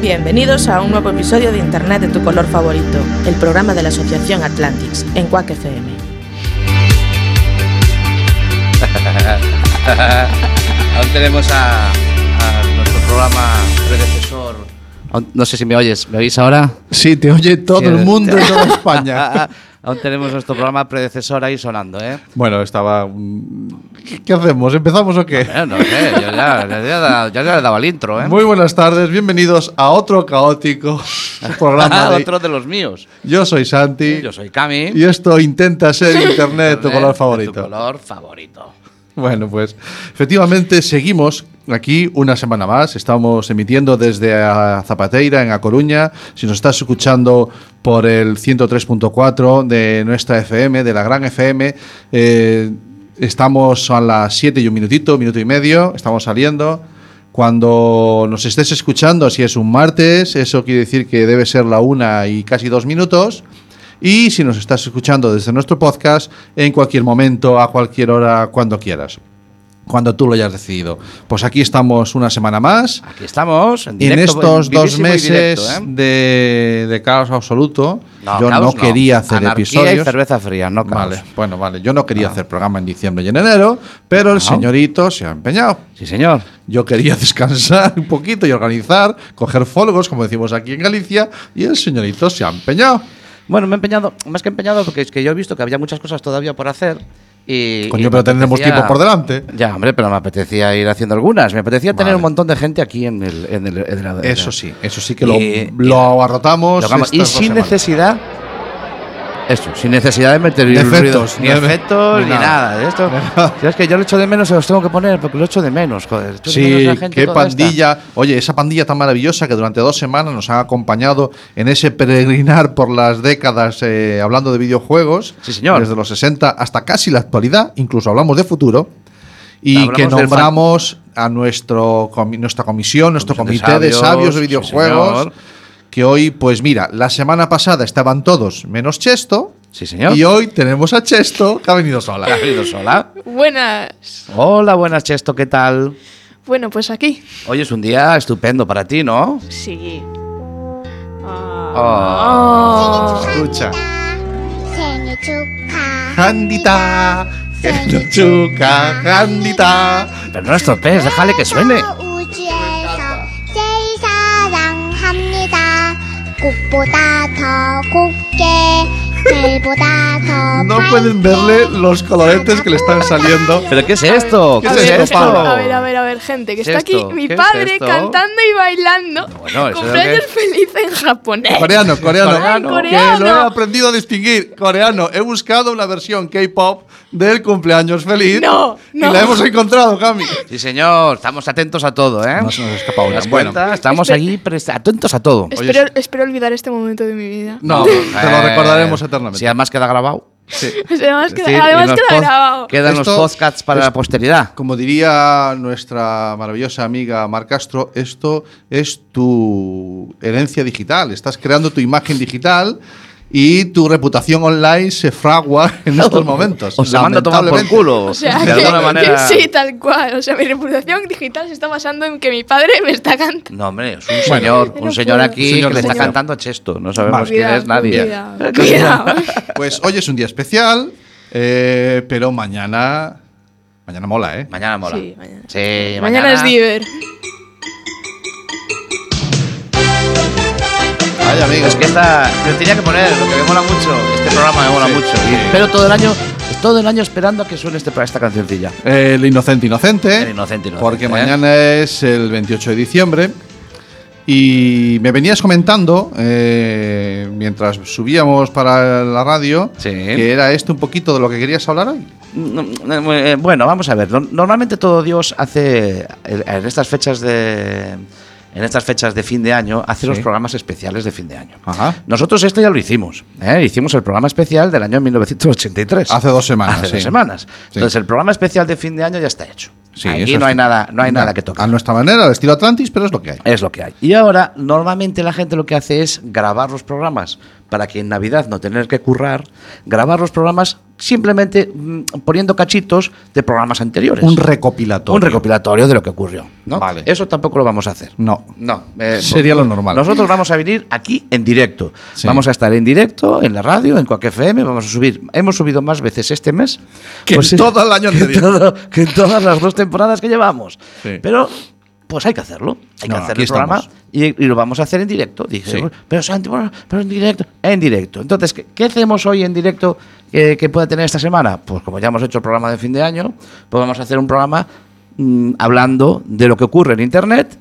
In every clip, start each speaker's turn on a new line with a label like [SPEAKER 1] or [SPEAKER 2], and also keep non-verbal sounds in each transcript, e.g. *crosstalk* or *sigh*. [SPEAKER 1] Bienvenidos a un nuevo episodio de Internet de tu color favorito, el programa de la Asociación Atlantics en Quack FM.
[SPEAKER 2] Aún tenemos a, a nuestro programa predecesor. Aún- no sé si me oyes, ¿me oís ahora?
[SPEAKER 3] Sí, te oye todo
[SPEAKER 2] Sí,
[SPEAKER 3] el mundo
[SPEAKER 2] te-
[SPEAKER 3] y toda España.
[SPEAKER 2] Ah. Aún tenemos nuestro programa predecesor ahí sonando, ¿eh?
[SPEAKER 3] *laughs* bueno, estaba. mm, ¿Qué, qué hacemos? ¿Empezamos o qué?
[SPEAKER 2] Bueno, Eh, no sé, yo ya, ya, ya- ya le daba el intro, ¿eh?
[SPEAKER 3] Muy buenas tardes, bienvenidos a otro *laughs* caótico
[SPEAKER 2] *laughs*
[SPEAKER 3] programa. de-
[SPEAKER 2] Otro de los míos.
[SPEAKER 3] Yo soy Santi
[SPEAKER 2] Yo soy Cami.
[SPEAKER 3] y esto intenta ser internet tu color
[SPEAKER 2] Tu
[SPEAKER 3] favorito.
[SPEAKER 2] color favorito.
[SPEAKER 3] Bueno, pues efectivamente seguimos aquí una semana más. Estamos emitiendo desde a Zapateira, en A Coruña. Si nos estás escuchando por el 103.4 de nuestra FM, de la gran FM, eh, estamos a las 7 y un minutito, minuto y medio, estamos saliendo. Cuando nos estés escuchando, si es un martes, eso quiere decir que debe ser la una y casi dos minutos. Y si nos estás escuchando desde nuestro podcast, en cualquier momento, a cualquier hora, cuando quieras. Cuando tú lo hayas decidido. Pues aquí estamos una semana más.
[SPEAKER 2] Aquí estamos, en
[SPEAKER 3] Y en
[SPEAKER 2] directo.
[SPEAKER 3] estos dos
[SPEAKER 2] vivísimo y
[SPEAKER 3] meses
[SPEAKER 2] directo, ¿eh?
[SPEAKER 3] de, de caos absoluto,
[SPEAKER 2] No,
[SPEAKER 3] yo
[SPEAKER 2] caos
[SPEAKER 3] no quería hacer
[SPEAKER 2] Anarquía y
[SPEAKER 3] episodios.
[SPEAKER 2] cerveza fría, no caos. Ah.
[SPEAKER 3] Vale, bueno, vale. Yo no quería hacer programa en diciembre y en enero, pero el señorito se ha empeñado.
[SPEAKER 2] Sí, señor.
[SPEAKER 3] Yo quería *laughs* descansar un poquito y organizar, coger folgos, como decimos aquí en Galicia, y el señorito se ha empeñado.
[SPEAKER 2] Bueno, me he empeñado, más que empeñado, porque es que yo he visto que había muchas cosas todavía por hacer. Y,
[SPEAKER 3] Coño,
[SPEAKER 2] y me
[SPEAKER 3] pero tendremos
[SPEAKER 2] apetecía-
[SPEAKER 3] tiempo por delante.
[SPEAKER 2] Ya, hombre, pero me apetecía ir haciendo algunas. Me apetecía tener
[SPEAKER 3] Vale.
[SPEAKER 2] un montón de gente aquí en el. En el- en la-
[SPEAKER 3] Eso sí, eso sí que lo,
[SPEAKER 2] Eh,
[SPEAKER 3] lo abarrotamos.
[SPEAKER 2] Lo hagamos.
[SPEAKER 3] estas
[SPEAKER 2] Y
[SPEAKER 3] dos
[SPEAKER 2] sin
[SPEAKER 3] semanas.
[SPEAKER 2] necesidad. Eso, sin necesidad de meter
[SPEAKER 3] Ni efectos,
[SPEAKER 2] ruido, ni
[SPEAKER 3] ni-
[SPEAKER 2] efectos,
[SPEAKER 3] ni
[SPEAKER 2] ni
[SPEAKER 3] nada.
[SPEAKER 2] nada. de
[SPEAKER 3] *laughs*
[SPEAKER 2] Esto,
[SPEAKER 3] Ni nada.
[SPEAKER 2] Si es que yo lo echo de menos, se los tengo que poner, porque lo echo de menos, joder. echo de menos a
[SPEAKER 3] Sí,
[SPEAKER 2] la gente
[SPEAKER 3] qué
[SPEAKER 2] toda esta.
[SPEAKER 3] pandilla. Oye, esa pandilla tan maravillosa que durante dos semanas nos ha acompañado en ese peregrinar por las décadas eh, hablando de videojuegos.
[SPEAKER 2] Sí, señor.
[SPEAKER 3] Desde los 60 hasta casi la actualidad, incluso hablamos de futuro. Y
[SPEAKER 2] Hablamos
[SPEAKER 3] que
[SPEAKER 2] del fan-
[SPEAKER 3] nombramos a nuestro, comi- nuestra comisión, nuestro
[SPEAKER 2] Comisión
[SPEAKER 3] comité
[SPEAKER 2] de
[SPEAKER 3] de sabios,
[SPEAKER 2] sabios,
[SPEAKER 3] de
[SPEAKER 2] sí,
[SPEAKER 3] videojuegos.
[SPEAKER 2] señor.
[SPEAKER 3] que hoy, pues mira, la semana pasada estaban todos menos Chesto.
[SPEAKER 2] Sí, señor.
[SPEAKER 3] Y hoy tenemos a Chesto que ha venido
[SPEAKER 2] *laughs*
[SPEAKER 3] sola.
[SPEAKER 2] ¿Te has ido sola?
[SPEAKER 4] Buenas.
[SPEAKER 2] Hola, buenas, Chesto, ¿qué tal?
[SPEAKER 4] Bueno, pues aquí.
[SPEAKER 2] Hoy es un día estupendo para ti, ¿no?
[SPEAKER 4] Sí.
[SPEAKER 2] Ah.
[SPEAKER 1] Ah.
[SPEAKER 4] Oh.
[SPEAKER 3] Escucha.
[SPEAKER 5] 생일 축하
[SPEAKER 3] Handita, que no chuca, Handita.
[SPEAKER 2] Pero no estropees, déjale que suene.
[SPEAKER 5] 우주에서 제일 사랑합니다 꽃보다 더 곱게 별보다 *laughs* 더
[SPEAKER 3] No
[SPEAKER 5] 밝게
[SPEAKER 3] pueden verle los coloretes que le están saliendo.
[SPEAKER 2] ¿Pero qué es esto? ¿Qué
[SPEAKER 3] A
[SPEAKER 4] A
[SPEAKER 2] es
[SPEAKER 3] ver,
[SPEAKER 4] ver,
[SPEAKER 2] esto?
[SPEAKER 4] a ver, a ver, a ver, gente, que
[SPEAKER 2] ¿Qué
[SPEAKER 4] está
[SPEAKER 2] es
[SPEAKER 4] aquí
[SPEAKER 2] esto?
[SPEAKER 4] mi
[SPEAKER 2] ¿Qué es
[SPEAKER 4] padre
[SPEAKER 2] esto?
[SPEAKER 4] cantando y bailando.
[SPEAKER 2] Bueno, eso
[SPEAKER 4] cumpleaños
[SPEAKER 2] es lo
[SPEAKER 4] feliz *laughs* en japonés.
[SPEAKER 3] Coreano, coreano,
[SPEAKER 2] Coreano.
[SPEAKER 3] Que lo he aprendido a distinguir. Coreano, he buscado una versión K-pop del cumpleaños feliz.
[SPEAKER 4] No, no.
[SPEAKER 3] Y la hemos encontrado, Cami.
[SPEAKER 2] Sí, señor, estamos atentos a todo, ¿eh?
[SPEAKER 3] No se nos escapa
[SPEAKER 2] ¿Te
[SPEAKER 3] una.
[SPEAKER 2] das
[SPEAKER 3] Bueno,
[SPEAKER 2] cuenta? Estamos ahí pres- atentos a todo.
[SPEAKER 4] espero, espero olvidar este momento de mi vida.
[SPEAKER 3] no, te lo
[SPEAKER 2] Eh,
[SPEAKER 3] recordaremos eternamente.
[SPEAKER 2] Si además queda grabado.
[SPEAKER 4] *laughs* O sea, además
[SPEAKER 2] Es
[SPEAKER 4] que,
[SPEAKER 2] decir, en
[SPEAKER 4] además
[SPEAKER 2] los
[SPEAKER 4] que lo he
[SPEAKER 2] pod-
[SPEAKER 4] grabado.
[SPEAKER 2] Quedan los
[SPEAKER 3] Esto-
[SPEAKER 2] podcasts para la posteridad.
[SPEAKER 3] Como diría nuestra maravillosa amiga Mar Castro, esto es tu herencia digital. Estás creando tu imagen digital y tu reputación online se fragua en
[SPEAKER 2] *laughs*
[SPEAKER 3] estos momentos.
[SPEAKER 2] Os la mando a tomar por
[SPEAKER 3] lamentablemente.
[SPEAKER 2] culo.
[SPEAKER 4] O sea,
[SPEAKER 2] de
[SPEAKER 4] que-
[SPEAKER 2] alguna
[SPEAKER 4] que
[SPEAKER 2] manera.
[SPEAKER 4] sí, tal cual. O sea, mi reputación digital se está basando en que mi padre me está cantando.
[SPEAKER 2] No, hombre, es un señor,
[SPEAKER 4] Yo
[SPEAKER 2] un
[SPEAKER 4] no
[SPEAKER 2] señor
[SPEAKER 4] puedo.
[SPEAKER 2] aquí
[SPEAKER 3] Señor
[SPEAKER 2] que le está
[SPEAKER 3] señor.
[SPEAKER 2] cantando a Chesto. No sabemos quién
[SPEAKER 4] Cuidado,
[SPEAKER 2] es nadie. *laughs*
[SPEAKER 4] Cuidado, cuidado.
[SPEAKER 3] Pues hoy es un día especial, eh, pero mañana. Mañana mola, ¿eh?
[SPEAKER 2] Mañana mola.
[SPEAKER 4] Sí, mañana.
[SPEAKER 2] Sí,
[SPEAKER 4] Mañana es Diver.
[SPEAKER 3] Ay, amigos.
[SPEAKER 2] Es que esta. Te tenía que poner, lo que me mola mucho. Este programa me mola
[SPEAKER 3] Sí,
[SPEAKER 2] mucho.
[SPEAKER 3] sí.
[SPEAKER 2] Y espero todo el año, todo el año esperando a que suene este, esta cancioncilla.
[SPEAKER 3] El inocente inocente.
[SPEAKER 2] El inocente inocente,
[SPEAKER 3] Porque
[SPEAKER 2] ¿eh?
[SPEAKER 3] mañana es el 28 de diciembre. Y me venías comentando, eh, mientras subíamos para la radio,
[SPEAKER 2] Sí.
[SPEAKER 3] que era esto un poquito de lo que querías hablar hoy.
[SPEAKER 2] No, no, eh, Bueno, vamos a ver. No- Normalmente todo Dios hace en estas fechas de en estas fechas de fin de año, hace los programas especiales de fin de año.
[SPEAKER 3] Ajá.
[SPEAKER 2] Nosotros este ya lo hicimos. ¿eh? Hicimos el programa especial del año 1983.
[SPEAKER 3] Hace dos semanas,
[SPEAKER 2] Hace
[SPEAKER 3] sí.
[SPEAKER 2] dos semanas.
[SPEAKER 3] Sí.
[SPEAKER 2] Entonces, el programa especial de fin de año ya está hecho.
[SPEAKER 3] Sí,
[SPEAKER 2] Aquí
[SPEAKER 3] eso
[SPEAKER 2] no hay,
[SPEAKER 3] es-
[SPEAKER 2] nada, no hay nada que
[SPEAKER 3] A
[SPEAKER 2] tocar.
[SPEAKER 3] nuestra manera, al estilo Atlantis, pero es lo que hay.
[SPEAKER 2] Es lo que hay. Y ahora, normalmente la gente lo que hace es grabar los programas para que en Navidad no tener que currar, grabar los programas simplemente mm, poniendo cachitos de programas anteriores.
[SPEAKER 3] Un recopilatorio.
[SPEAKER 2] Un recopilatorio de lo que ocurrió. ¿no?
[SPEAKER 3] Vale.
[SPEAKER 2] Eso tampoco lo vamos a hacer.
[SPEAKER 3] No.
[SPEAKER 2] No. eh,
[SPEAKER 3] Sería lo normal.
[SPEAKER 2] Nosotros vamos a venir aquí en directo.
[SPEAKER 3] Sí.
[SPEAKER 2] Vamos a estar en directo, en la radio, en cualquier FM. Vamos a subir. Hemos subido más veces este mes
[SPEAKER 3] Que en Pues todo el año
[SPEAKER 2] que en
[SPEAKER 3] anterior.
[SPEAKER 2] todo- que en todas las dos temporadas que llevamos.
[SPEAKER 3] Sí.
[SPEAKER 2] Pero. Pues hay que hacerlo, hay
[SPEAKER 3] No,
[SPEAKER 2] que hacer
[SPEAKER 3] aquí
[SPEAKER 2] el programa
[SPEAKER 3] estamos.
[SPEAKER 2] y, y lo vamos a hacer en directo. Dije,
[SPEAKER 3] Sí.
[SPEAKER 2] pero Santi, bueno, pero en directo. En directo. Entonces, ¿qué, qué hacemos hoy en directo eh, que pueda tener esta semana? Pues como ya hemos hecho el programa de fin de año, pues vamos a hacer un programa mm, hablando de lo que ocurre en Internet.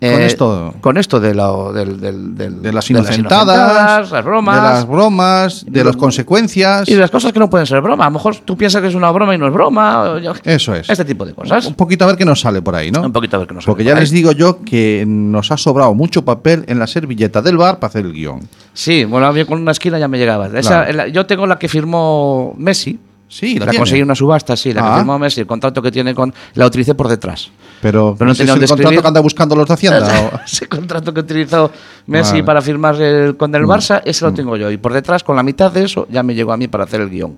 [SPEAKER 2] eh,
[SPEAKER 3] Con esto-
[SPEAKER 2] Con esto de, lo- del- del- del-
[SPEAKER 3] De las inocentadas,
[SPEAKER 2] inocentadas, las bromas.
[SPEAKER 3] de las bromas, de las consecuencias.
[SPEAKER 2] Y de las cosas que no pueden ser broma. A lo mejor tú piensas que es una broma y no es broma. o yo-
[SPEAKER 3] Eso es.
[SPEAKER 2] Este tipo de cosas.
[SPEAKER 3] Un poquito a ver qué nos sale por ahí, ¿no?
[SPEAKER 2] Un poquito a ver qué nos sale
[SPEAKER 3] Porque
[SPEAKER 2] por
[SPEAKER 3] ya
[SPEAKER 2] ahí.
[SPEAKER 3] les digo yo que nos ha sobrado mucho papel en la servilleta del bar para hacer el guión.
[SPEAKER 2] Sí, bueno, a mí con una esquina ya me llegaba. Esa-
[SPEAKER 3] Claro.
[SPEAKER 2] la- yo tengo la que firmó Messi.
[SPEAKER 3] Sí, la
[SPEAKER 2] la,
[SPEAKER 3] tiene.
[SPEAKER 2] conseguí en una subasta, sí, la
[SPEAKER 3] Ah.
[SPEAKER 2] que firmó Messi, el contrato que tiene con. La utilicé por detrás. *laughs*
[SPEAKER 3] Pero,
[SPEAKER 2] Pero no
[SPEAKER 3] ese
[SPEAKER 2] tenía dónde
[SPEAKER 3] es el contrato
[SPEAKER 2] escribir.
[SPEAKER 3] que anda buscando los
[SPEAKER 2] *laughs*
[SPEAKER 3] de Hacienda. o-
[SPEAKER 2] Ese contrato que utilizó Messi
[SPEAKER 3] Vale. Mm.
[SPEAKER 2] para firmar el- con el Barça, ese lo tengo yo. Y por detrás, con la mitad de eso, ya me llegó a mí para hacer el guión.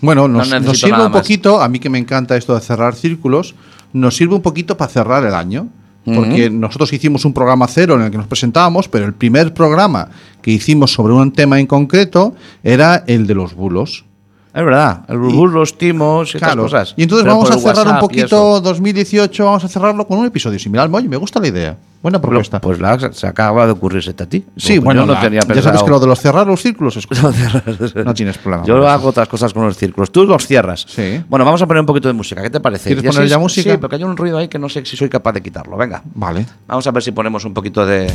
[SPEAKER 3] Bueno, nos,
[SPEAKER 2] No
[SPEAKER 3] nos
[SPEAKER 2] necesito
[SPEAKER 3] sirve
[SPEAKER 2] nada
[SPEAKER 3] un
[SPEAKER 2] más.
[SPEAKER 3] poquito, a mí que me encanta esto de cerrar círculos, nos sirve un poquito para cerrar el año. Porque nosotros hicimos un programa cero en el que nos presentábamos, pero el primer programa que hicimos sobre un tema en concreto era el de los bulos.
[SPEAKER 2] Es verdad, el burbulo, los timos, estas
[SPEAKER 3] Claro.
[SPEAKER 2] cosas.
[SPEAKER 3] Y entonces
[SPEAKER 2] Pero
[SPEAKER 3] vamos
[SPEAKER 2] por
[SPEAKER 3] a
[SPEAKER 2] el
[SPEAKER 3] cerrar un
[SPEAKER 2] WhatsApp y eso.
[SPEAKER 3] poquito 2018, vamos a cerrarlo con un episodio similar. Oye, me gusta la idea. Buena
[SPEAKER 2] Lo-
[SPEAKER 3] propuesta.
[SPEAKER 2] Pues la, se acaba de ocurrirse este a ti.
[SPEAKER 3] sí,
[SPEAKER 2] Yo
[SPEAKER 3] bueno,
[SPEAKER 2] no
[SPEAKER 3] la-
[SPEAKER 2] tenía
[SPEAKER 3] ya sabes
[SPEAKER 2] pensado.
[SPEAKER 3] que lo de los cerrar los círculos es
[SPEAKER 2] *laughs*
[SPEAKER 3] No tienes problema.
[SPEAKER 2] Yo
[SPEAKER 3] con eso.
[SPEAKER 2] hago otras cosas con los círculos. Tú los cierras.
[SPEAKER 3] Sí.
[SPEAKER 2] Bueno, vamos a poner un poquito de música. ¿Qué te parece?
[SPEAKER 3] ¿Quieres
[SPEAKER 2] Y así
[SPEAKER 3] poner ya
[SPEAKER 2] es-
[SPEAKER 3] música?
[SPEAKER 2] Sí, porque hay un ruido ahí que no sé si soy capaz de quitarlo. Venga,
[SPEAKER 3] Vale.
[SPEAKER 2] vamos a ver si ponemos un poquito de.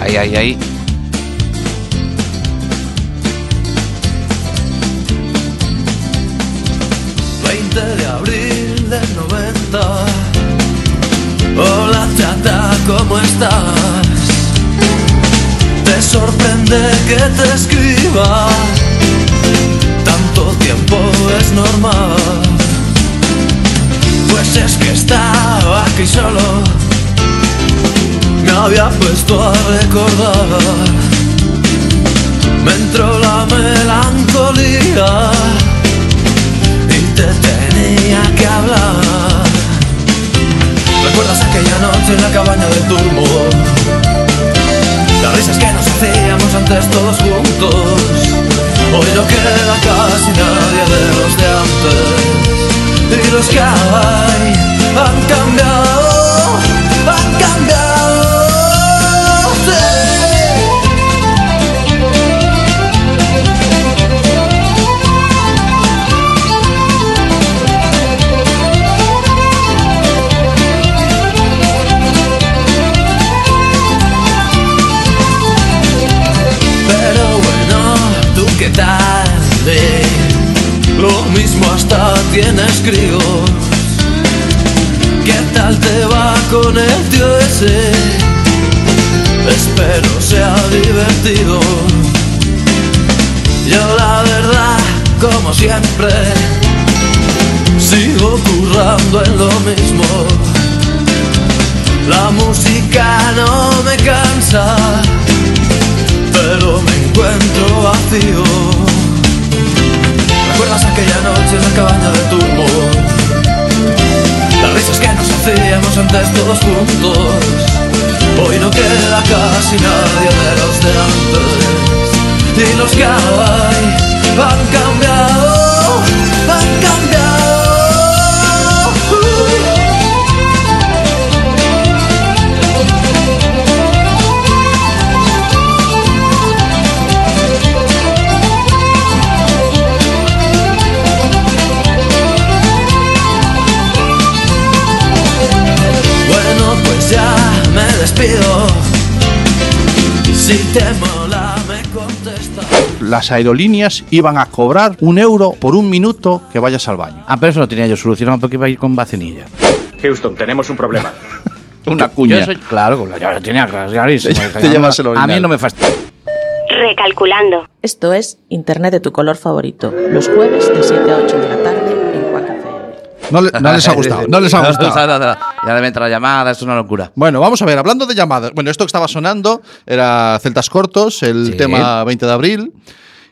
[SPEAKER 2] Ahí, ahí, ahí.
[SPEAKER 6] Hola chata, ¿cómo estás? Te sorprende que te escriba. Tanto tiempo es normal. Pues es que estaba aquí solo. Me había puesto a recordar. Me entró la melancolía. Y te tenía que hablar. ¿Recuerdas aquella noche en la cabaña del turbo? Las risas que nos hacíamos antes todos juntos. Hoy no queda casi nadie de los de antes. Y los que hay han cambiado, han cambiado. sí. Pero bueno, ¿tú qué tal? Eh, Lo mismo hasta tienes crío. ¿Qué tal te va con el tío ese? Espero sea divertido. Yo la verdad, como siempre, sigo currando en lo mismo. La música no me cansa pero me encuentro vacío. ¿Recuerdas aquella noche en la cabaña de turbo? Las risas que nos hacíamos antes todos juntos. Hoy no queda casi nadie de los de antes. Y los que hay han cambiado, han cambiado. Bueno, pues ya me despido. Si te mola, me contestas.
[SPEAKER 3] Las aerolíneas iban a cobrar un euro por un minuto que vayas al baño.
[SPEAKER 2] Ah, pero eso lo tenía yo solucionado porque iba a ir con vacinilla.
[SPEAKER 3] *laughs*
[SPEAKER 7] Houston, tenemos un problema.
[SPEAKER 2] con una cuña. claro, con la- yo lo tenía clarísimo.
[SPEAKER 3] *laughs* Te
[SPEAKER 2] Dije, no,
[SPEAKER 3] llamas el
[SPEAKER 2] A
[SPEAKER 3] original.
[SPEAKER 2] mí no me fastidia.
[SPEAKER 8] Recalculando.
[SPEAKER 1] Esto es Internet de tu color favorito, los jueves de 7 a 8 de la tarde en Quack FM.
[SPEAKER 3] No, le- no les ha gustado, no les ha gustado.
[SPEAKER 2] *laughs* no, no, no. Ya le entra la llamada, es una locura.
[SPEAKER 3] Bueno, vamos a ver, hablando de llamadas. Bueno, esto que estaba sonando era Celtas Cortos, el
[SPEAKER 2] Sí.
[SPEAKER 3] tema 20 de abril,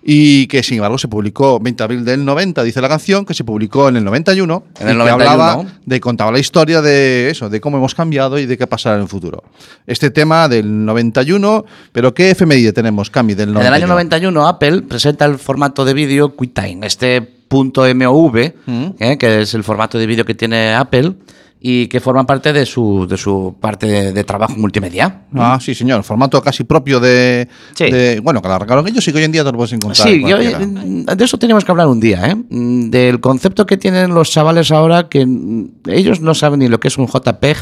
[SPEAKER 3] y que sin embargo se publicó 20 de abril del 90, dice la canción, que se publicó en el 91,
[SPEAKER 2] En el
[SPEAKER 3] y
[SPEAKER 2] 91.
[SPEAKER 3] que hablaba de contaba la historia de eso, de cómo hemos cambiado y de qué pasará en el futuro. Este tema del 91, pero ¿qué efeméride tenemos, Cami, del
[SPEAKER 2] En
[SPEAKER 3] 91?
[SPEAKER 2] el año 91, Apple presenta el formato de vídeo QuickTime, este punto .mov,
[SPEAKER 3] Mm.
[SPEAKER 2] eh, que es el formato de vídeo que tiene Apple y que forma parte de su, de su parte de, de trabajo multimedia.
[SPEAKER 3] Ah, sí, señor, formato casi propio de.
[SPEAKER 2] ¿Mm? Sí.
[SPEAKER 3] de- bueno, que lo arrancaron ellos y que hoy en día te lo puedes encontrar.
[SPEAKER 2] Sí,
[SPEAKER 3] en
[SPEAKER 2] yo-
[SPEAKER 3] cualquiera.
[SPEAKER 2] mm, de eso tenemos que hablar un día, ¿eh? Mm, del concepto que tienen los chavales ahora que mm, ellos no saben ni lo que es un JPEG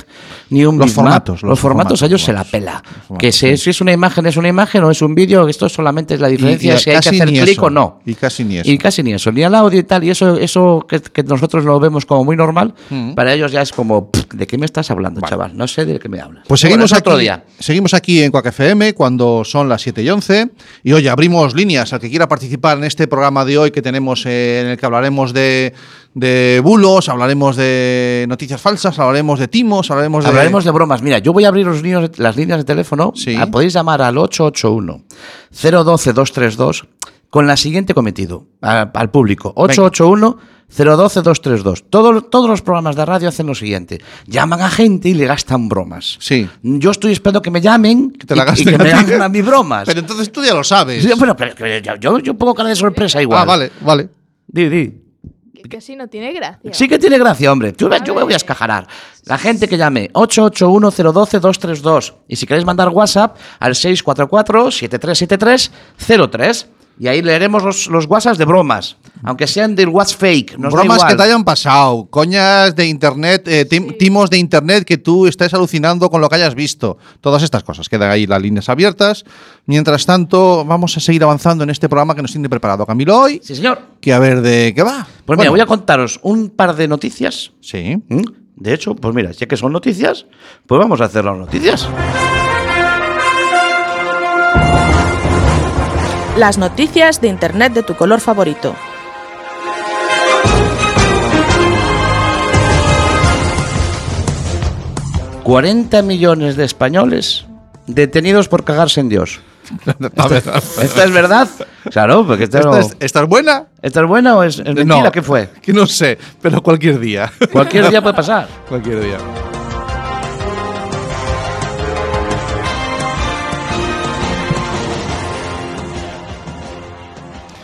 [SPEAKER 2] ni un
[SPEAKER 3] Los
[SPEAKER 2] bitmap.
[SPEAKER 3] formatos,
[SPEAKER 2] los,
[SPEAKER 3] los
[SPEAKER 2] formatos,
[SPEAKER 3] formatos,
[SPEAKER 2] a ellos
[SPEAKER 3] los
[SPEAKER 2] se la
[SPEAKER 3] formatos,
[SPEAKER 2] pela.
[SPEAKER 3] los formatos,
[SPEAKER 2] Que se-
[SPEAKER 3] sí.
[SPEAKER 2] si es una imagen es una imagen o es un vídeo, esto solamente es la diferencia
[SPEAKER 3] y
[SPEAKER 2] si hay que
[SPEAKER 3] casi
[SPEAKER 2] hacer
[SPEAKER 3] ni
[SPEAKER 2] clic
[SPEAKER 3] eso,
[SPEAKER 2] o no.
[SPEAKER 3] y casi ni eso.
[SPEAKER 2] Y casi ni eso, ni al audio y tal, y eso eso que, que nosotros lo vemos como muy normal,
[SPEAKER 3] Mm.
[SPEAKER 2] para ellos ya es como, "Pff, ¿de qué me estás hablando, chaval? No sé de qué me hablas.
[SPEAKER 3] Pues
[SPEAKER 2] Pero
[SPEAKER 3] seguimos
[SPEAKER 2] bueno, es
[SPEAKER 3] aquí,
[SPEAKER 2] otro día.
[SPEAKER 3] Seguimos aquí en Quack FM cuando son las 7 y 11. Y oye, abrimos líneas al que quiera participar en este programa de hoy que tenemos eh, en el que hablaremos de, de bulos, hablaremos de noticias falsas, hablaremos de timos, hablaremos de.
[SPEAKER 2] Hablaremos de bromas. Mira, yo voy a abrir los niños, las líneas de teléfono.
[SPEAKER 3] Sí.
[SPEAKER 2] Ah, Podéis llamar al 881-012-232 con la siguiente cometido a- al público. 881-012-232. Todo- todos los programas de radio hacen lo siguiente. Llaman a gente y le gastan bromas.
[SPEAKER 3] Sí.
[SPEAKER 2] Yo estoy esperando que me llamen
[SPEAKER 3] Que te la
[SPEAKER 2] y- y,
[SPEAKER 3] gasten
[SPEAKER 2] que
[SPEAKER 3] a
[SPEAKER 2] me
[SPEAKER 3] ti.
[SPEAKER 2] hagan a mí bromas.
[SPEAKER 3] *laughs* Pero entonces tú ya lo sabes.
[SPEAKER 2] Sí, bueno, pero que yo, yo- yo pongo cara de sorpresa igual.
[SPEAKER 3] ah, vale, vale.
[SPEAKER 2] Di, di.
[SPEAKER 4] Que, que así no tiene gracia.
[SPEAKER 2] Sí que tiene gracia, hombre. Yo, yo me voy a escajarar. La gente que llame 881-012-232. Y si queréis mandar WhatsApp al 644-7373-03. Y ahí leeremos los, los WhatsApps de bromas. Aunque sean del WhatsApp fake. Nos da
[SPEAKER 3] Bromas
[SPEAKER 2] igual.
[SPEAKER 3] que te hayan pasado, coñas de internet, eh, tim- timos de internet que tú estés alucinando con lo que hayas visto. Todas estas cosas. Quedan ahí las líneas abiertas. Mientras tanto, vamos a seguir avanzando en este programa que nos tiene preparado Camilo hoy.
[SPEAKER 2] Sí, señor.
[SPEAKER 3] Que a ver de qué va.
[SPEAKER 2] Pues mira, voy a contaros un par de noticias.
[SPEAKER 3] Sí.
[SPEAKER 2] ¿Mm? De hecho, pues mira, ya que son noticias, pues vamos a hacer las noticias.
[SPEAKER 1] Las noticias de Internet de tu color favorito.
[SPEAKER 2] ¿40 millones de españoles detenidos por cagarse en Dios?
[SPEAKER 3] A ver,
[SPEAKER 2] ¿Esto es verdad? Claro, porque esto
[SPEAKER 3] *laughs* ¿Esta
[SPEAKER 2] no-
[SPEAKER 3] es, esta es buena?
[SPEAKER 2] ¿Esta es buena o es, es mentira?
[SPEAKER 3] No.
[SPEAKER 2] ¿Qué fue?
[SPEAKER 3] Que no sé, pero cualquier día. *laughs*
[SPEAKER 2] Cualquier día puede pasar.
[SPEAKER 3] cualquier día.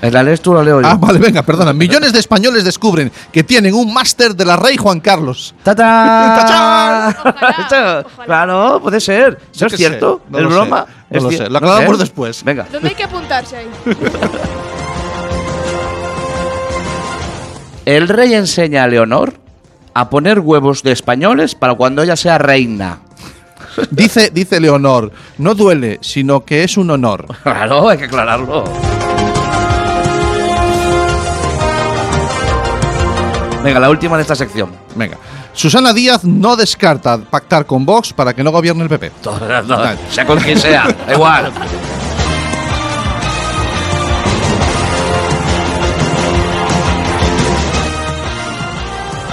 [SPEAKER 2] ¿La lees tú o la leo yo?
[SPEAKER 3] *laughs* Ah, vale, venga, perdona. Millones de españoles descubren que tienen un máster de la rey Juan Carlos.
[SPEAKER 2] ¡Tachán!
[SPEAKER 4] Ojalá,
[SPEAKER 2] *laughs* Esto-
[SPEAKER 4] ojalá.
[SPEAKER 2] Claro, puede ser. ¿Eso
[SPEAKER 3] Yo
[SPEAKER 2] es
[SPEAKER 3] qué
[SPEAKER 2] cierto?
[SPEAKER 3] sé, no
[SPEAKER 2] ¿Es
[SPEAKER 3] lo
[SPEAKER 2] broma?
[SPEAKER 3] sé, no
[SPEAKER 2] ¿Es
[SPEAKER 3] lo
[SPEAKER 2] cier-
[SPEAKER 3] sé, lo aclaramos
[SPEAKER 2] ¿Eh?
[SPEAKER 3] después.
[SPEAKER 2] Venga.
[SPEAKER 4] ¿Dónde hay que apuntarse
[SPEAKER 2] *laughs*
[SPEAKER 4] ahí?
[SPEAKER 2] El rey enseña a Leonor a poner huevos de españoles para cuando ella sea reina.
[SPEAKER 3] *laughs* Dice, dice Leonor, no duele, sino que es un honor.
[SPEAKER 2] Claro, hay que aclararlo. Venga, la última de esta sección.
[SPEAKER 3] Venga. Susana Díaz no descarta pactar con Vox para que no gobierne el PP.
[SPEAKER 2] Todo- todo- sea con quien sea, da igual.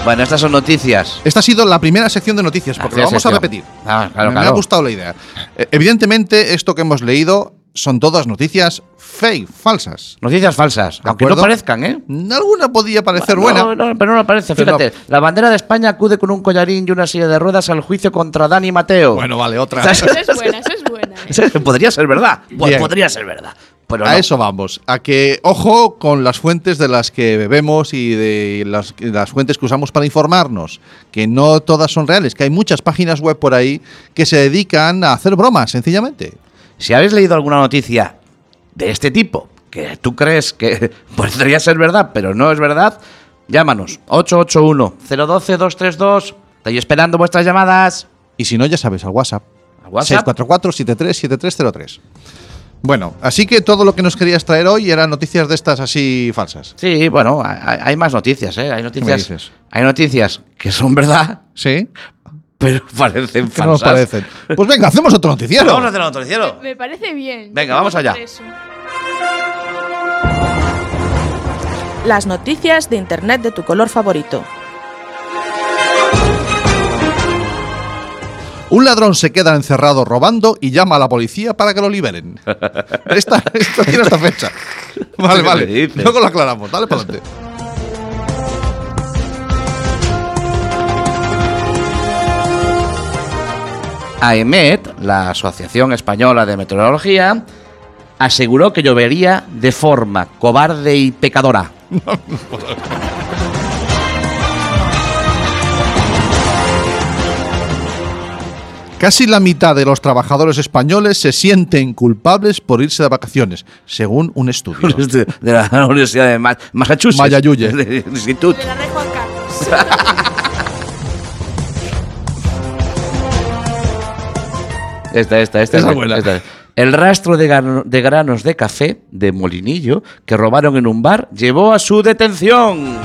[SPEAKER 2] Bueno, estas son noticias.
[SPEAKER 3] Esta ha sido la primera sección de noticias, porque lo
[SPEAKER 2] Gracias,
[SPEAKER 3] vamos a
[SPEAKER 2] sección.
[SPEAKER 3] repetir.
[SPEAKER 2] Ah, claro,
[SPEAKER 3] me, me
[SPEAKER 2] claro.
[SPEAKER 3] ha gustado la idea. Eh, evidentemente, esto que hemos leído son todas noticias fake, falsas.
[SPEAKER 2] Noticias falsas,
[SPEAKER 3] ¿De
[SPEAKER 2] aunque no
[SPEAKER 3] acuerdo?
[SPEAKER 2] parezcan, ¿eh?
[SPEAKER 3] Alguna podía parecer
[SPEAKER 2] No,
[SPEAKER 3] buena.
[SPEAKER 2] no, pero no lo parece.
[SPEAKER 3] Pero
[SPEAKER 2] Fíjate, la bandera de España acude con un collarín y una silla de ruedas al juicio contra Dani Mateo. *laughs*
[SPEAKER 3] Bueno, vale, otra.
[SPEAKER 2] Estás-
[SPEAKER 4] Esa es buena, esa es buena. ¿eh?
[SPEAKER 2] podría ser verdad. Po-
[SPEAKER 3] Bien.
[SPEAKER 2] Podría ser verdad. Pero
[SPEAKER 3] A
[SPEAKER 2] no.
[SPEAKER 3] eso vamos, a que ojo con las fuentes de las que bebemos y de las, las fuentes que usamos para informarnos, que no todas son reales, que hay muchas páginas web por ahí que se dedican a hacer bromas, sencillamente.
[SPEAKER 2] Si habéis leído alguna noticia de este tipo, que tú crees que *laughs* podría ser verdad, pero no es verdad, llámanos 881-012-232. Estoy esperando vuestras llamadas.
[SPEAKER 3] Y si no, ya sabes, al WhatsApp.
[SPEAKER 2] Al WhatsApp.
[SPEAKER 3] 644-737303. Bueno, así que todo lo que nos querías traer hoy eran noticias de estas así falsas.
[SPEAKER 2] Sí, bueno, hay, hay más noticias, ¿eh? Hay
[SPEAKER 3] me
[SPEAKER 2] noticias,
[SPEAKER 3] dices?
[SPEAKER 2] hay noticias que son verdad, *laughs*
[SPEAKER 3] ¿Sí?
[SPEAKER 2] pero parecen
[SPEAKER 3] ¿Qué nos
[SPEAKER 2] falsas.
[SPEAKER 3] parecen? Pues venga, hacemos otro noticiero.
[SPEAKER 2] Vamos a hacer otro cielo.
[SPEAKER 4] Me parece bien.
[SPEAKER 2] Venga,
[SPEAKER 4] Yo
[SPEAKER 2] vamos
[SPEAKER 4] voy por
[SPEAKER 2] allá.
[SPEAKER 4] eso.
[SPEAKER 1] Las noticias de Internet de tu color favorito.
[SPEAKER 3] Un ladrón se queda encerrado robando y llama a la policía para que lo liberen. Esta, esto tiene esta fecha. Vale,
[SPEAKER 2] ¿Qué me
[SPEAKER 3] vale.
[SPEAKER 2] dices?
[SPEAKER 3] Luego lo aclaramos. Dale para adelante.
[SPEAKER 2] AEMET, la Asociación Española de Meteorología, aseguró que llovería de forma cobarde y pecadora.
[SPEAKER 3] Casi la mitad de los trabajadores españoles se sienten culpables por irse de vacaciones, según un estudio.
[SPEAKER 2] este, de la *laughs* Universidad de Ma- Massachusetts. *laughs*
[SPEAKER 3] Mayayuye.
[SPEAKER 2] Del Instituto.
[SPEAKER 4] Le la dejo a Carlos.
[SPEAKER 2] Esta, esta, esta.
[SPEAKER 3] Esa
[SPEAKER 2] esta,
[SPEAKER 3] buena.
[SPEAKER 2] esta. El rastro de, grano- de granos de café de Molinillo que robaron en un bar llevó a su detención.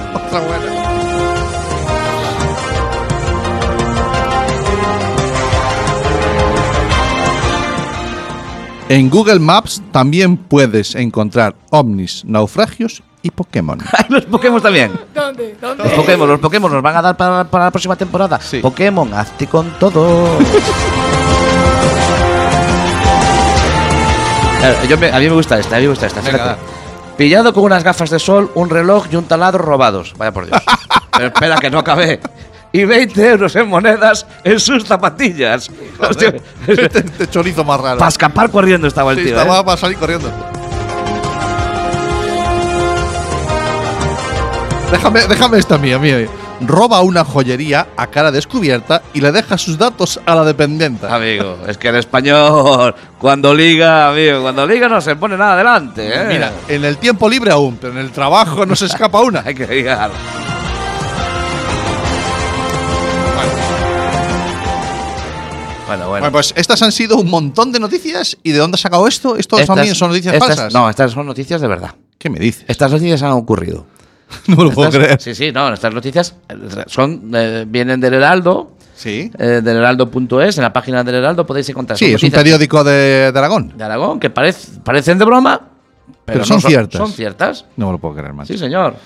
[SPEAKER 3] En Google Maps también puedes encontrar ovnis, naufragios y Pokémon.
[SPEAKER 2] *laughs* Ay, los Pokémon también.
[SPEAKER 4] ¿Dónde? ¿Dónde?
[SPEAKER 2] Los Pokémon, los Pokémon nos van a dar para, para la próxima temporada.
[SPEAKER 3] Sí.
[SPEAKER 2] Pokémon, hazte con todo. *laughs* Claro, yo me- a mí me gusta esta, a mí me gusta esta.
[SPEAKER 3] Venga,
[SPEAKER 2] fíjate. Pillado con unas gafas de sol, un reloj y un taladro robados. Vaya *laughs* por Dios. Pero espera que no acabé. Y 20 euros en monedas en sus zapatillas. Hostia,
[SPEAKER 3] *laughs* este, este chorizo más raro.
[SPEAKER 2] para escapar corriendo estaba el
[SPEAKER 3] Sí,
[SPEAKER 2] tío.
[SPEAKER 3] estaba
[SPEAKER 2] ¿eh?
[SPEAKER 3] para salir corriendo. Déjame, déjame esta mía, mía. Roba una joyería a cara descubierta y le deja sus datos a la dependienta.
[SPEAKER 2] Amigo, es que el español, cuando liga, amigo, cuando liga no se pone nada adelante. ¿eh?
[SPEAKER 3] Mira, en el tiempo libre aún, pero en el trabajo no se
[SPEAKER 2] *laughs*
[SPEAKER 3] escapa una.
[SPEAKER 2] hay que ligar. Bueno, bueno.
[SPEAKER 3] Bueno, pues estas han sido un montón de noticias. ¿Y de dónde ha sacado esto? ¿Esto
[SPEAKER 2] Estas-
[SPEAKER 3] también son noticias
[SPEAKER 2] estas-
[SPEAKER 3] falsas?
[SPEAKER 2] No, estas son noticias de verdad.
[SPEAKER 3] ¿Qué me
[SPEAKER 2] *laughs*
[SPEAKER 3] dices?
[SPEAKER 2] Estas noticias han ocurrido.
[SPEAKER 3] No me lo puedo
[SPEAKER 2] Estas-
[SPEAKER 3] creer.
[SPEAKER 2] Sí, sí, no, estas noticias eh, son eh, vienen del Heraldo,
[SPEAKER 3] Sí.
[SPEAKER 2] eh, del heraldo.es, en la página del Heraldo podéis encontrar.
[SPEAKER 3] Sí,
[SPEAKER 2] son
[SPEAKER 3] es un
[SPEAKER 2] noticias
[SPEAKER 3] periódico de, de Aragón.
[SPEAKER 2] de Aragón que parec- parecen de broma, pero,
[SPEAKER 3] Pero
[SPEAKER 2] no
[SPEAKER 3] son ciertas.
[SPEAKER 2] Son ciertas.
[SPEAKER 3] No me lo puedo creer, macho.
[SPEAKER 2] Sí, señor.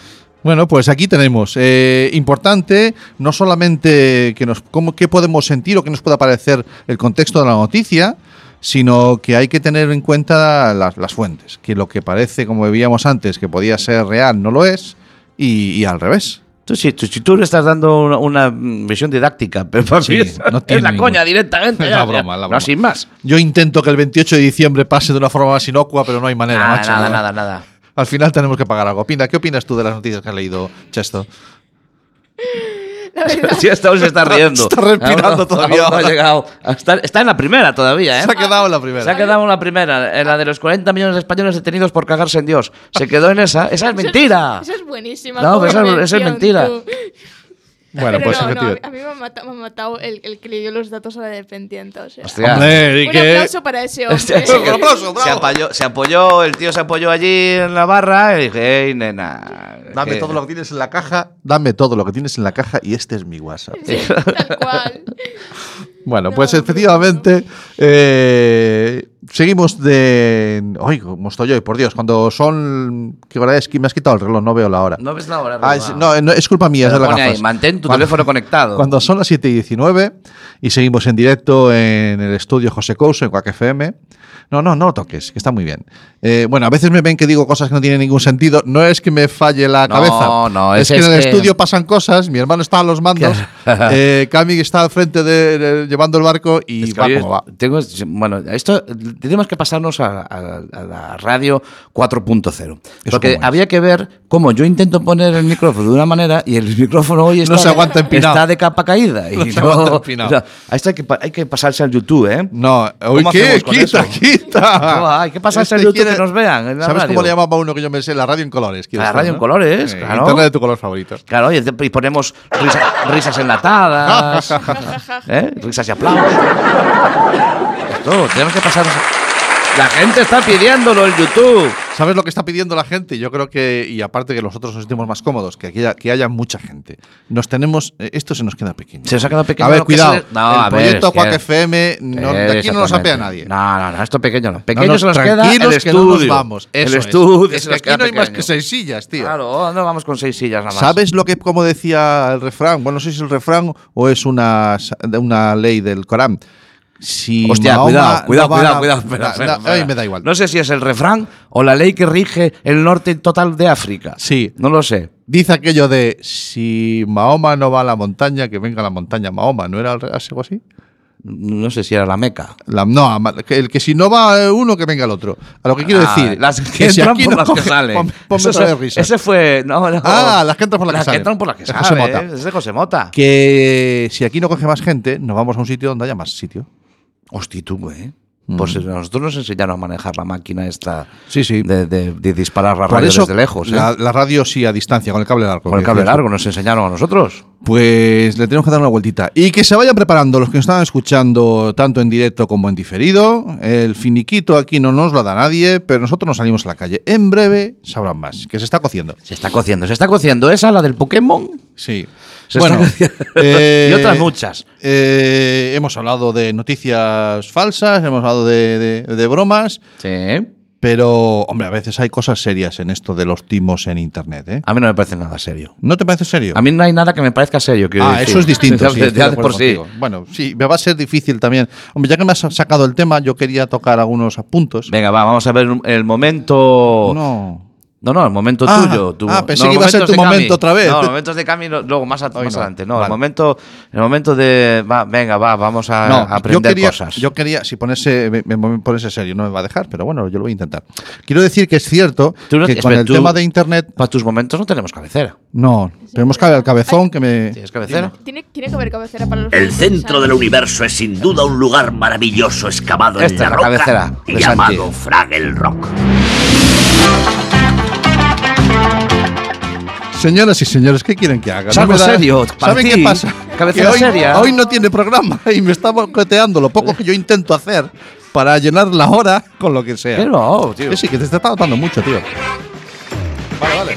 [SPEAKER 3] Bueno, pues aquí tenemos. eh, importante, no solamente que nos, cómo, qué podemos sentir o qué nos pueda parecer el contexto de la noticia, sino que hay que tener en cuenta las, las fuentes. Que lo que parece, como veíamos antes, que podía ser real, no lo es. Y, y al revés.
[SPEAKER 2] Tú sí, tú, si tú le estás dando una, una, mm, visión didáctica, *laughs* pero para
[SPEAKER 3] Sí,
[SPEAKER 2] mí es,
[SPEAKER 3] no
[SPEAKER 2] es
[SPEAKER 3] tiene
[SPEAKER 2] la
[SPEAKER 3] ningún-
[SPEAKER 2] coña directamente.
[SPEAKER 3] *laughs* Es
[SPEAKER 2] ya, ya.
[SPEAKER 3] la broma, es la broma.
[SPEAKER 2] No, sin más.
[SPEAKER 3] Yo intento que el 28 de diciembre pase de una forma más inocua, pero no hay manera,
[SPEAKER 2] Nada,
[SPEAKER 3] macho.
[SPEAKER 2] nada, nada,
[SPEAKER 3] *laughs*
[SPEAKER 2] nada.
[SPEAKER 3] Al final tenemos que pagar algo. Opina, ¿qué opinas tú de las noticias que has leído, Chesto?
[SPEAKER 4] La verdad.
[SPEAKER 2] Sí, hasta aún se está riendo. *laughs*
[SPEAKER 3] Está respirando
[SPEAKER 2] Aún no-
[SPEAKER 3] todavía.
[SPEAKER 2] aún no ha llegado. Está, está en la primera todavía, ¿eh?
[SPEAKER 3] Se ha quedado en la
[SPEAKER 2] Se ha
[SPEAKER 3] primera.
[SPEAKER 2] quedado en la primera, en la de los 40 millones de españoles detenidos por cagarse en Dios. Se quedó en esa. Esa es mentira.
[SPEAKER 4] Eso es buenísima.
[SPEAKER 2] No, pero esa-
[SPEAKER 4] convención,
[SPEAKER 2] esa es mentira.
[SPEAKER 4] tú.
[SPEAKER 3] Bueno,
[SPEAKER 4] *laughs* Pero
[SPEAKER 3] pues
[SPEAKER 4] no, no, a mí-
[SPEAKER 3] efectivamente.
[SPEAKER 4] a mí me ha matado, me ha matado el, el que le dio los datos a la dependiente. O sea.
[SPEAKER 2] Hostia.
[SPEAKER 3] Hombre, ¿y
[SPEAKER 4] Un
[SPEAKER 3] qué?
[SPEAKER 4] aplauso
[SPEAKER 3] *laughs*
[SPEAKER 4] para ese hombre.
[SPEAKER 2] Hostia,
[SPEAKER 3] sí que- Un aplauso, bravo.
[SPEAKER 2] se, apoyó, se apoyó, el tío se apoyó allí en la barra y dije, hey, nena.
[SPEAKER 3] Dame todo lo que tienes en la caja. Dame todo lo que tienes en la caja y este es mi WhatsApp.
[SPEAKER 4] *laughs* Tal cual.
[SPEAKER 3] Bueno,
[SPEAKER 4] No,
[SPEAKER 3] pues
[SPEAKER 4] hombre,
[SPEAKER 3] efectivamente eh, seguimos de... Oye, como estoy hoy, por Dios, cuando son... ¿Qué hora es? Que me has quitado el reloj, no veo la hora.
[SPEAKER 2] No ves la hora.
[SPEAKER 3] Ah, es- no, no, es culpa mía, es de
[SPEAKER 2] Pero
[SPEAKER 3] la
[SPEAKER 2] pone ahí,
[SPEAKER 3] gafas.
[SPEAKER 2] mantén tu
[SPEAKER 3] Cuando-
[SPEAKER 2] teléfono conectado.
[SPEAKER 3] Cuando son las 7 y 19 y seguimos en directo en el estudio José Couso en Quack FM. No, no, no lo toques, que está muy bien. Eh, bueno, a veces me ven que digo cosas que no tienen ningún sentido. No es que me falle la
[SPEAKER 2] No,
[SPEAKER 3] cabeza.
[SPEAKER 2] no,
[SPEAKER 3] es,
[SPEAKER 2] es-
[SPEAKER 3] que en el
[SPEAKER 2] es que-
[SPEAKER 3] estudio pasan cosas. Mi hermano está a los mandos. eh, Cami está al frente de, de- llevando el barco y
[SPEAKER 2] Es que
[SPEAKER 3] va
[SPEAKER 2] hoy
[SPEAKER 3] como va.
[SPEAKER 2] tengo- bueno, esto tenemos que pasarnos a, a- a la radio 4.0.
[SPEAKER 3] Eso
[SPEAKER 2] Porque
[SPEAKER 3] cómo es.
[SPEAKER 2] había que ver cómo yo intento poner el micrófono de una manera y el *laughs* micrófono hoy está,
[SPEAKER 3] se aguanta empinado.
[SPEAKER 2] está de capa caída. Y
[SPEAKER 3] *laughs* No se aguanta empinado.
[SPEAKER 2] o sea, a esto hay que, pa- hay que pasarse al YouTube, ¿eh?
[SPEAKER 3] No, hoy
[SPEAKER 2] ¿Cómo
[SPEAKER 3] qué,
[SPEAKER 2] hacemos con
[SPEAKER 3] quita,
[SPEAKER 2] eso?
[SPEAKER 3] quita.
[SPEAKER 2] No, hay que pasarse al
[SPEAKER 3] Este
[SPEAKER 2] YouTube
[SPEAKER 3] quiere-
[SPEAKER 2] que nos vean. en la
[SPEAKER 3] ¿Sabes
[SPEAKER 2] radio.
[SPEAKER 3] cómo le llamaba a uno que yo me sé? La radio en colores. quieres
[SPEAKER 2] La
[SPEAKER 3] tú,
[SPEAKER 2] radio en
[SPEAKER 3] ¿no?
[SPEAKER 2] colores,
[SPEAKER 3] Sí,
[SPEAKER 2] claro.
[SPEAKER 3] Internet de tu color favorito.
[SPEAKER 2] Claro, y y ponemos risa- risas enlatadas, ¿eh? risas y aplausos. Esto, tenemos que pasarnos. La gente está pidiéndolo en YouTube.
[SPEAKER 3] ¿Sabes lo que está pidiendo la gente? Yo creo que, y aparte que nosotros nos sentimos más cómodos, que, aquí haya, que haya mucha gente. Nos tenemos, eh, esto se nos queda pequeño.
[SPEAKER 2] Se os ha quedado pequeño.
[SPEAKER 3] A ver,
[SPEAKER 2] lo que es
[SPEAKER 3] cuidado.
[SPEAKER 2] el- No,
[SPEAKER 3] el
[SPEAKER 2] a ver,
[SPEAKER 3] proyecto
[SPEAKER 2] es que-
[SPEAKER 3] Quack FM, no-
[SPEAKER 2] Eh,
[SPEAKER 3] de aquí no nos apea
[SPEAKER 2] exactamente.
[SPEAKER 3] nadie.
[SPEAKER 2] No, no, no, esto pequeño no. Pequeño
[SPEAKER 3] No, no,
[SPEAKER 2] se nos queda el
[SPEAKER 3] tranquilos que no
[SPEAKER 2] estudio.
[SPEAKER 3] nos vamos. Eso
[SPEAKER 2] el
[SPEAKER 3] es.
[SPEAKER 2] estudio.
[SPEAKER 3] Es
[SPEAKER 2] se
[SPEAKER 3] que
[SPEAKER 2] nos
[SPEAKER 3] aquí
[SPEAKER 2] queda
[SPEAKER 3] no hay más que
[SPEAKER 2] pequeño.
[SPEAKER 3] seis sillas, tío.
[SPEAKER 2] Claro, no vamos con seis sillas nada más.
[SPEAKER 3] ¿Sabes lo que, como decía el refrán? Bueno, no sé si es el refrán o es una, una ley del Corán. Si
[SPEAKER 2] Hostia,
[SPEAKER 3] Mahoma
[SPEAKER 2] cuidado,
[SPEAKER 3] no
[SPEAKER 2] cuidado,
[SPEAKER 3] va a-
[SPEAKER 2] cuidado, cuidado. espera,
[SPEAKER 3] da-
[SPEAKER 2] espera,
[SPEAKER 3] da-
[SPEAKER 2] espera.
[SPEAKER 3] ay, me da igual.
[SPEAKER 2] No sé si es el refrán o la ley que rige el norte total de África.
[SPEAKER 3] Sí.
[SPEAKER 2] No lo sé.
[SPEAKER 3] Dice aquello de si Mahoma no va a la montaña, que venga a la montaña Mahoma, ¿no era algo así?
[SPEAKER 2] No sé si era la Meca.
[SPEAKER 3] La- no, ama- que el que si no va eh, uno, que venga el otro. A lo que quiero
[SPEAKER 2] Ah,
[SPEAKER 3] decir.
[SPEAKER 2] Las que,
[SPEAKER 3] si
[SPEAKER 2] entran
[SPEAKER 3] aquí
[SPEAKER 2] por
[SPEAKER 3] no
[SPEAKER 2] las
[SPEAKER 3] coge-
[SPEAKER 2] que salen.
[SPEAKER 3] pon- ponme
[SPEAKER 2] Eso
[SPEAKER 3] otra
[SPEAKER 2] se-
[SPEAKER 3] vez risas.
[SPEAKER 2] Ese fue. No, no.
[SPEAKER 3] Ah, las que entran por las que salen.
[SPEAKER 2] entran por las que
[SPEAKER 3] Es José
[SPEAKER 2] salen.
[SPEAKER 3] Mota.
[SPEAKER 2] ¿eh? Es de José Mota.
[SPEAKER 3] Que si aquí no coge más gente, nos vamos a un sitio donde haya más sitio.
[SPEAKER 2] Hostia, tú, ¿eh? Pues a nosotros nos enseñaron a manejar la máquina esta
[SPEAKER 3] Mm. Sí, sí.
[SPEAKER 2] de, de- de disparar la
[SPEAKER 3] Por
[SPEAKER 2] radio
[SPEAKER 3] eso,
[SPEAKER 2] desde lejos. ¿eh?
[SPEAKER 3] la, la radio sí a distancia, con el cable largo.
[SPEAKER 2] Con el cable
[SPEAKER 3] Decías.
[SPEAKER 2] largo nos enseñaron a nosotros.
[SPEAKER 3] Pues le tenemos que dar una vueltita. Y que se vayan preparando los que nos están escuchando tanto en directo como en diferido. El finiquito aquí no nos lo da nadie, pero nosotros nos salimos a la calle. En breve sabrán más, que se está cociendo.
[SPEAKER 2] Se está cociendo, se está cociendo. ¿Esa, la del Pokémon?
[SPEAKER 3] Sí.
[SPEAKER 2] Se
[SPEAKER 3] bueno,
[SPEAKER 2] está cociendo.
[SPEAKER 3] eh,
[SPEAKER 2] *laughs* y otras muchas.
[SPEAKER 3] eh, hemos hablado de noticias falsas, hemos hablado de, de- de bromas,
[SPEAKER 2] Sí.
[SPEAKER 3] pero, hombre, a veces hay cosas serias en esto de los timos en Internet. ¿eh?
[SPEAKER 2] A mí no me parece nada serio.
[SPEAKER 3] ¿No te parece serio?
[SPEAKER 2] A mí no hay nada que me parezca serio. quiero
[SPEAKER 3] Ah,
[SPEAKER 2] decir.
[SPEAKER 3] eso es distinto.
[SPEAKER 2] Ya-
[SPEAKER 3] sí,
[SPEAKER 2] ya
[SPEAKER 3] estoy de
[SPEAKER 2] de
[SPEAKER 3] acuerdo
[SPEAKER 2] por sí.
[SPEAKER 3] contigo. Bueno, sí, me va a ser difícil también. Hombre, ya que me has sacado el tema, yo quería tocar algunos apuntos.
[SPEAKER 2] Venga, va, vamos a ver el momento. No,
[SPEAKER 3] No.
[SPEAKER 2] no, el momento
[SPEAKER 3] Ah,
[SPEAKER 2] tuyo. tu-
[SPEAKER 3] ah, pensé
[SPEAKER 2] no,
[SPEAKER 3] que
[SPEAKER 2] los
[SPEAKER 3] iba a
[SPEAKER 2] momentos de
[SPEAKER 3] ser tu
[SPEAKER 2] Cami.
[SPEAKER 3] momento otra vez.
[SPEAKER 2] No, los momentos de Cami lo- luego más, a-
[SPEAKER 3] Hoy
[SPEAKER 2] más
[SPEAKER 3] no.
[SPEAKER 2] adelante. No, el
[SPEAKER 3] Vale.
[SPEAKER 2] momento, el momento de. va, venga, va, vamos a,
[SPEAKER 3] No,
[SPEAKER 2] a aprender
[SPEAKER 3] yo quería,
[SPEAKER 2] cosas.
[SPEAKER 3] Yo quería, si ponerse, me, me- ponerse serio, no me va a dejar, pero bueno, yo lo voy a intentar. Quiero decir que es cierto
[SPEAKER 2] Tú no-
[SPEAKER 3] que con
[SPEAKER 2] espera,
[SPEAKER 3] el
[SPEAKER 2] tú-
[SPEAKER 3] tema de Internet.
[SPEAKER 2] Para tus momentos no tenemos cabecera.
[SPEAKER 3] No, tenemos que ver al cabezón que me.
[SPEAKER 2] ¿Tienes cabecera?
[SPEAKER 4] Tiene, tiene que haber cabecera para los
[SPEAKER 6] El
[SPEAKER 4] fans,
[SPEAKER 6] centro
[SPEAKER 4] ¿sabes?
[SPEAKER 6] del universo es sin duda un lugar maravilloso excavado
[SPEAKER 2] Esta es
[SPEAKER 6] en
[SPEAKER 2] Este, la
[SPEAKER 6] la roca
[SPEAKER 2] cabecera de Santi.
[SPEAKER 6] llamado Fraggle Rock.
[SPEAKER 3] Señoras y señores, ¿qué quieren que haga?
[SPEAKER 2] Es algo
[SPEAKER 3] me
[SPEAKER 2] serio, para
[SPEAKER 3] ¿Saben
[SPEAKER 2] ti.
[SPEAKER 3] qué pasa?
[SPEAKER 2] Cabecera
[SPEAKER 3] Que hoy,
[SPEAKER 2] seria.
[SPEAKER 3] hoy no tiene programa *laughs* y me está boicoteando lo poco que yo intento hacer para llenar la hora con lo que sea.
[SPEAKER 2] Pero no, tío.
[SPEAKER 3] Sí, sí, que te está tratando mucho, tío. Vale, vale.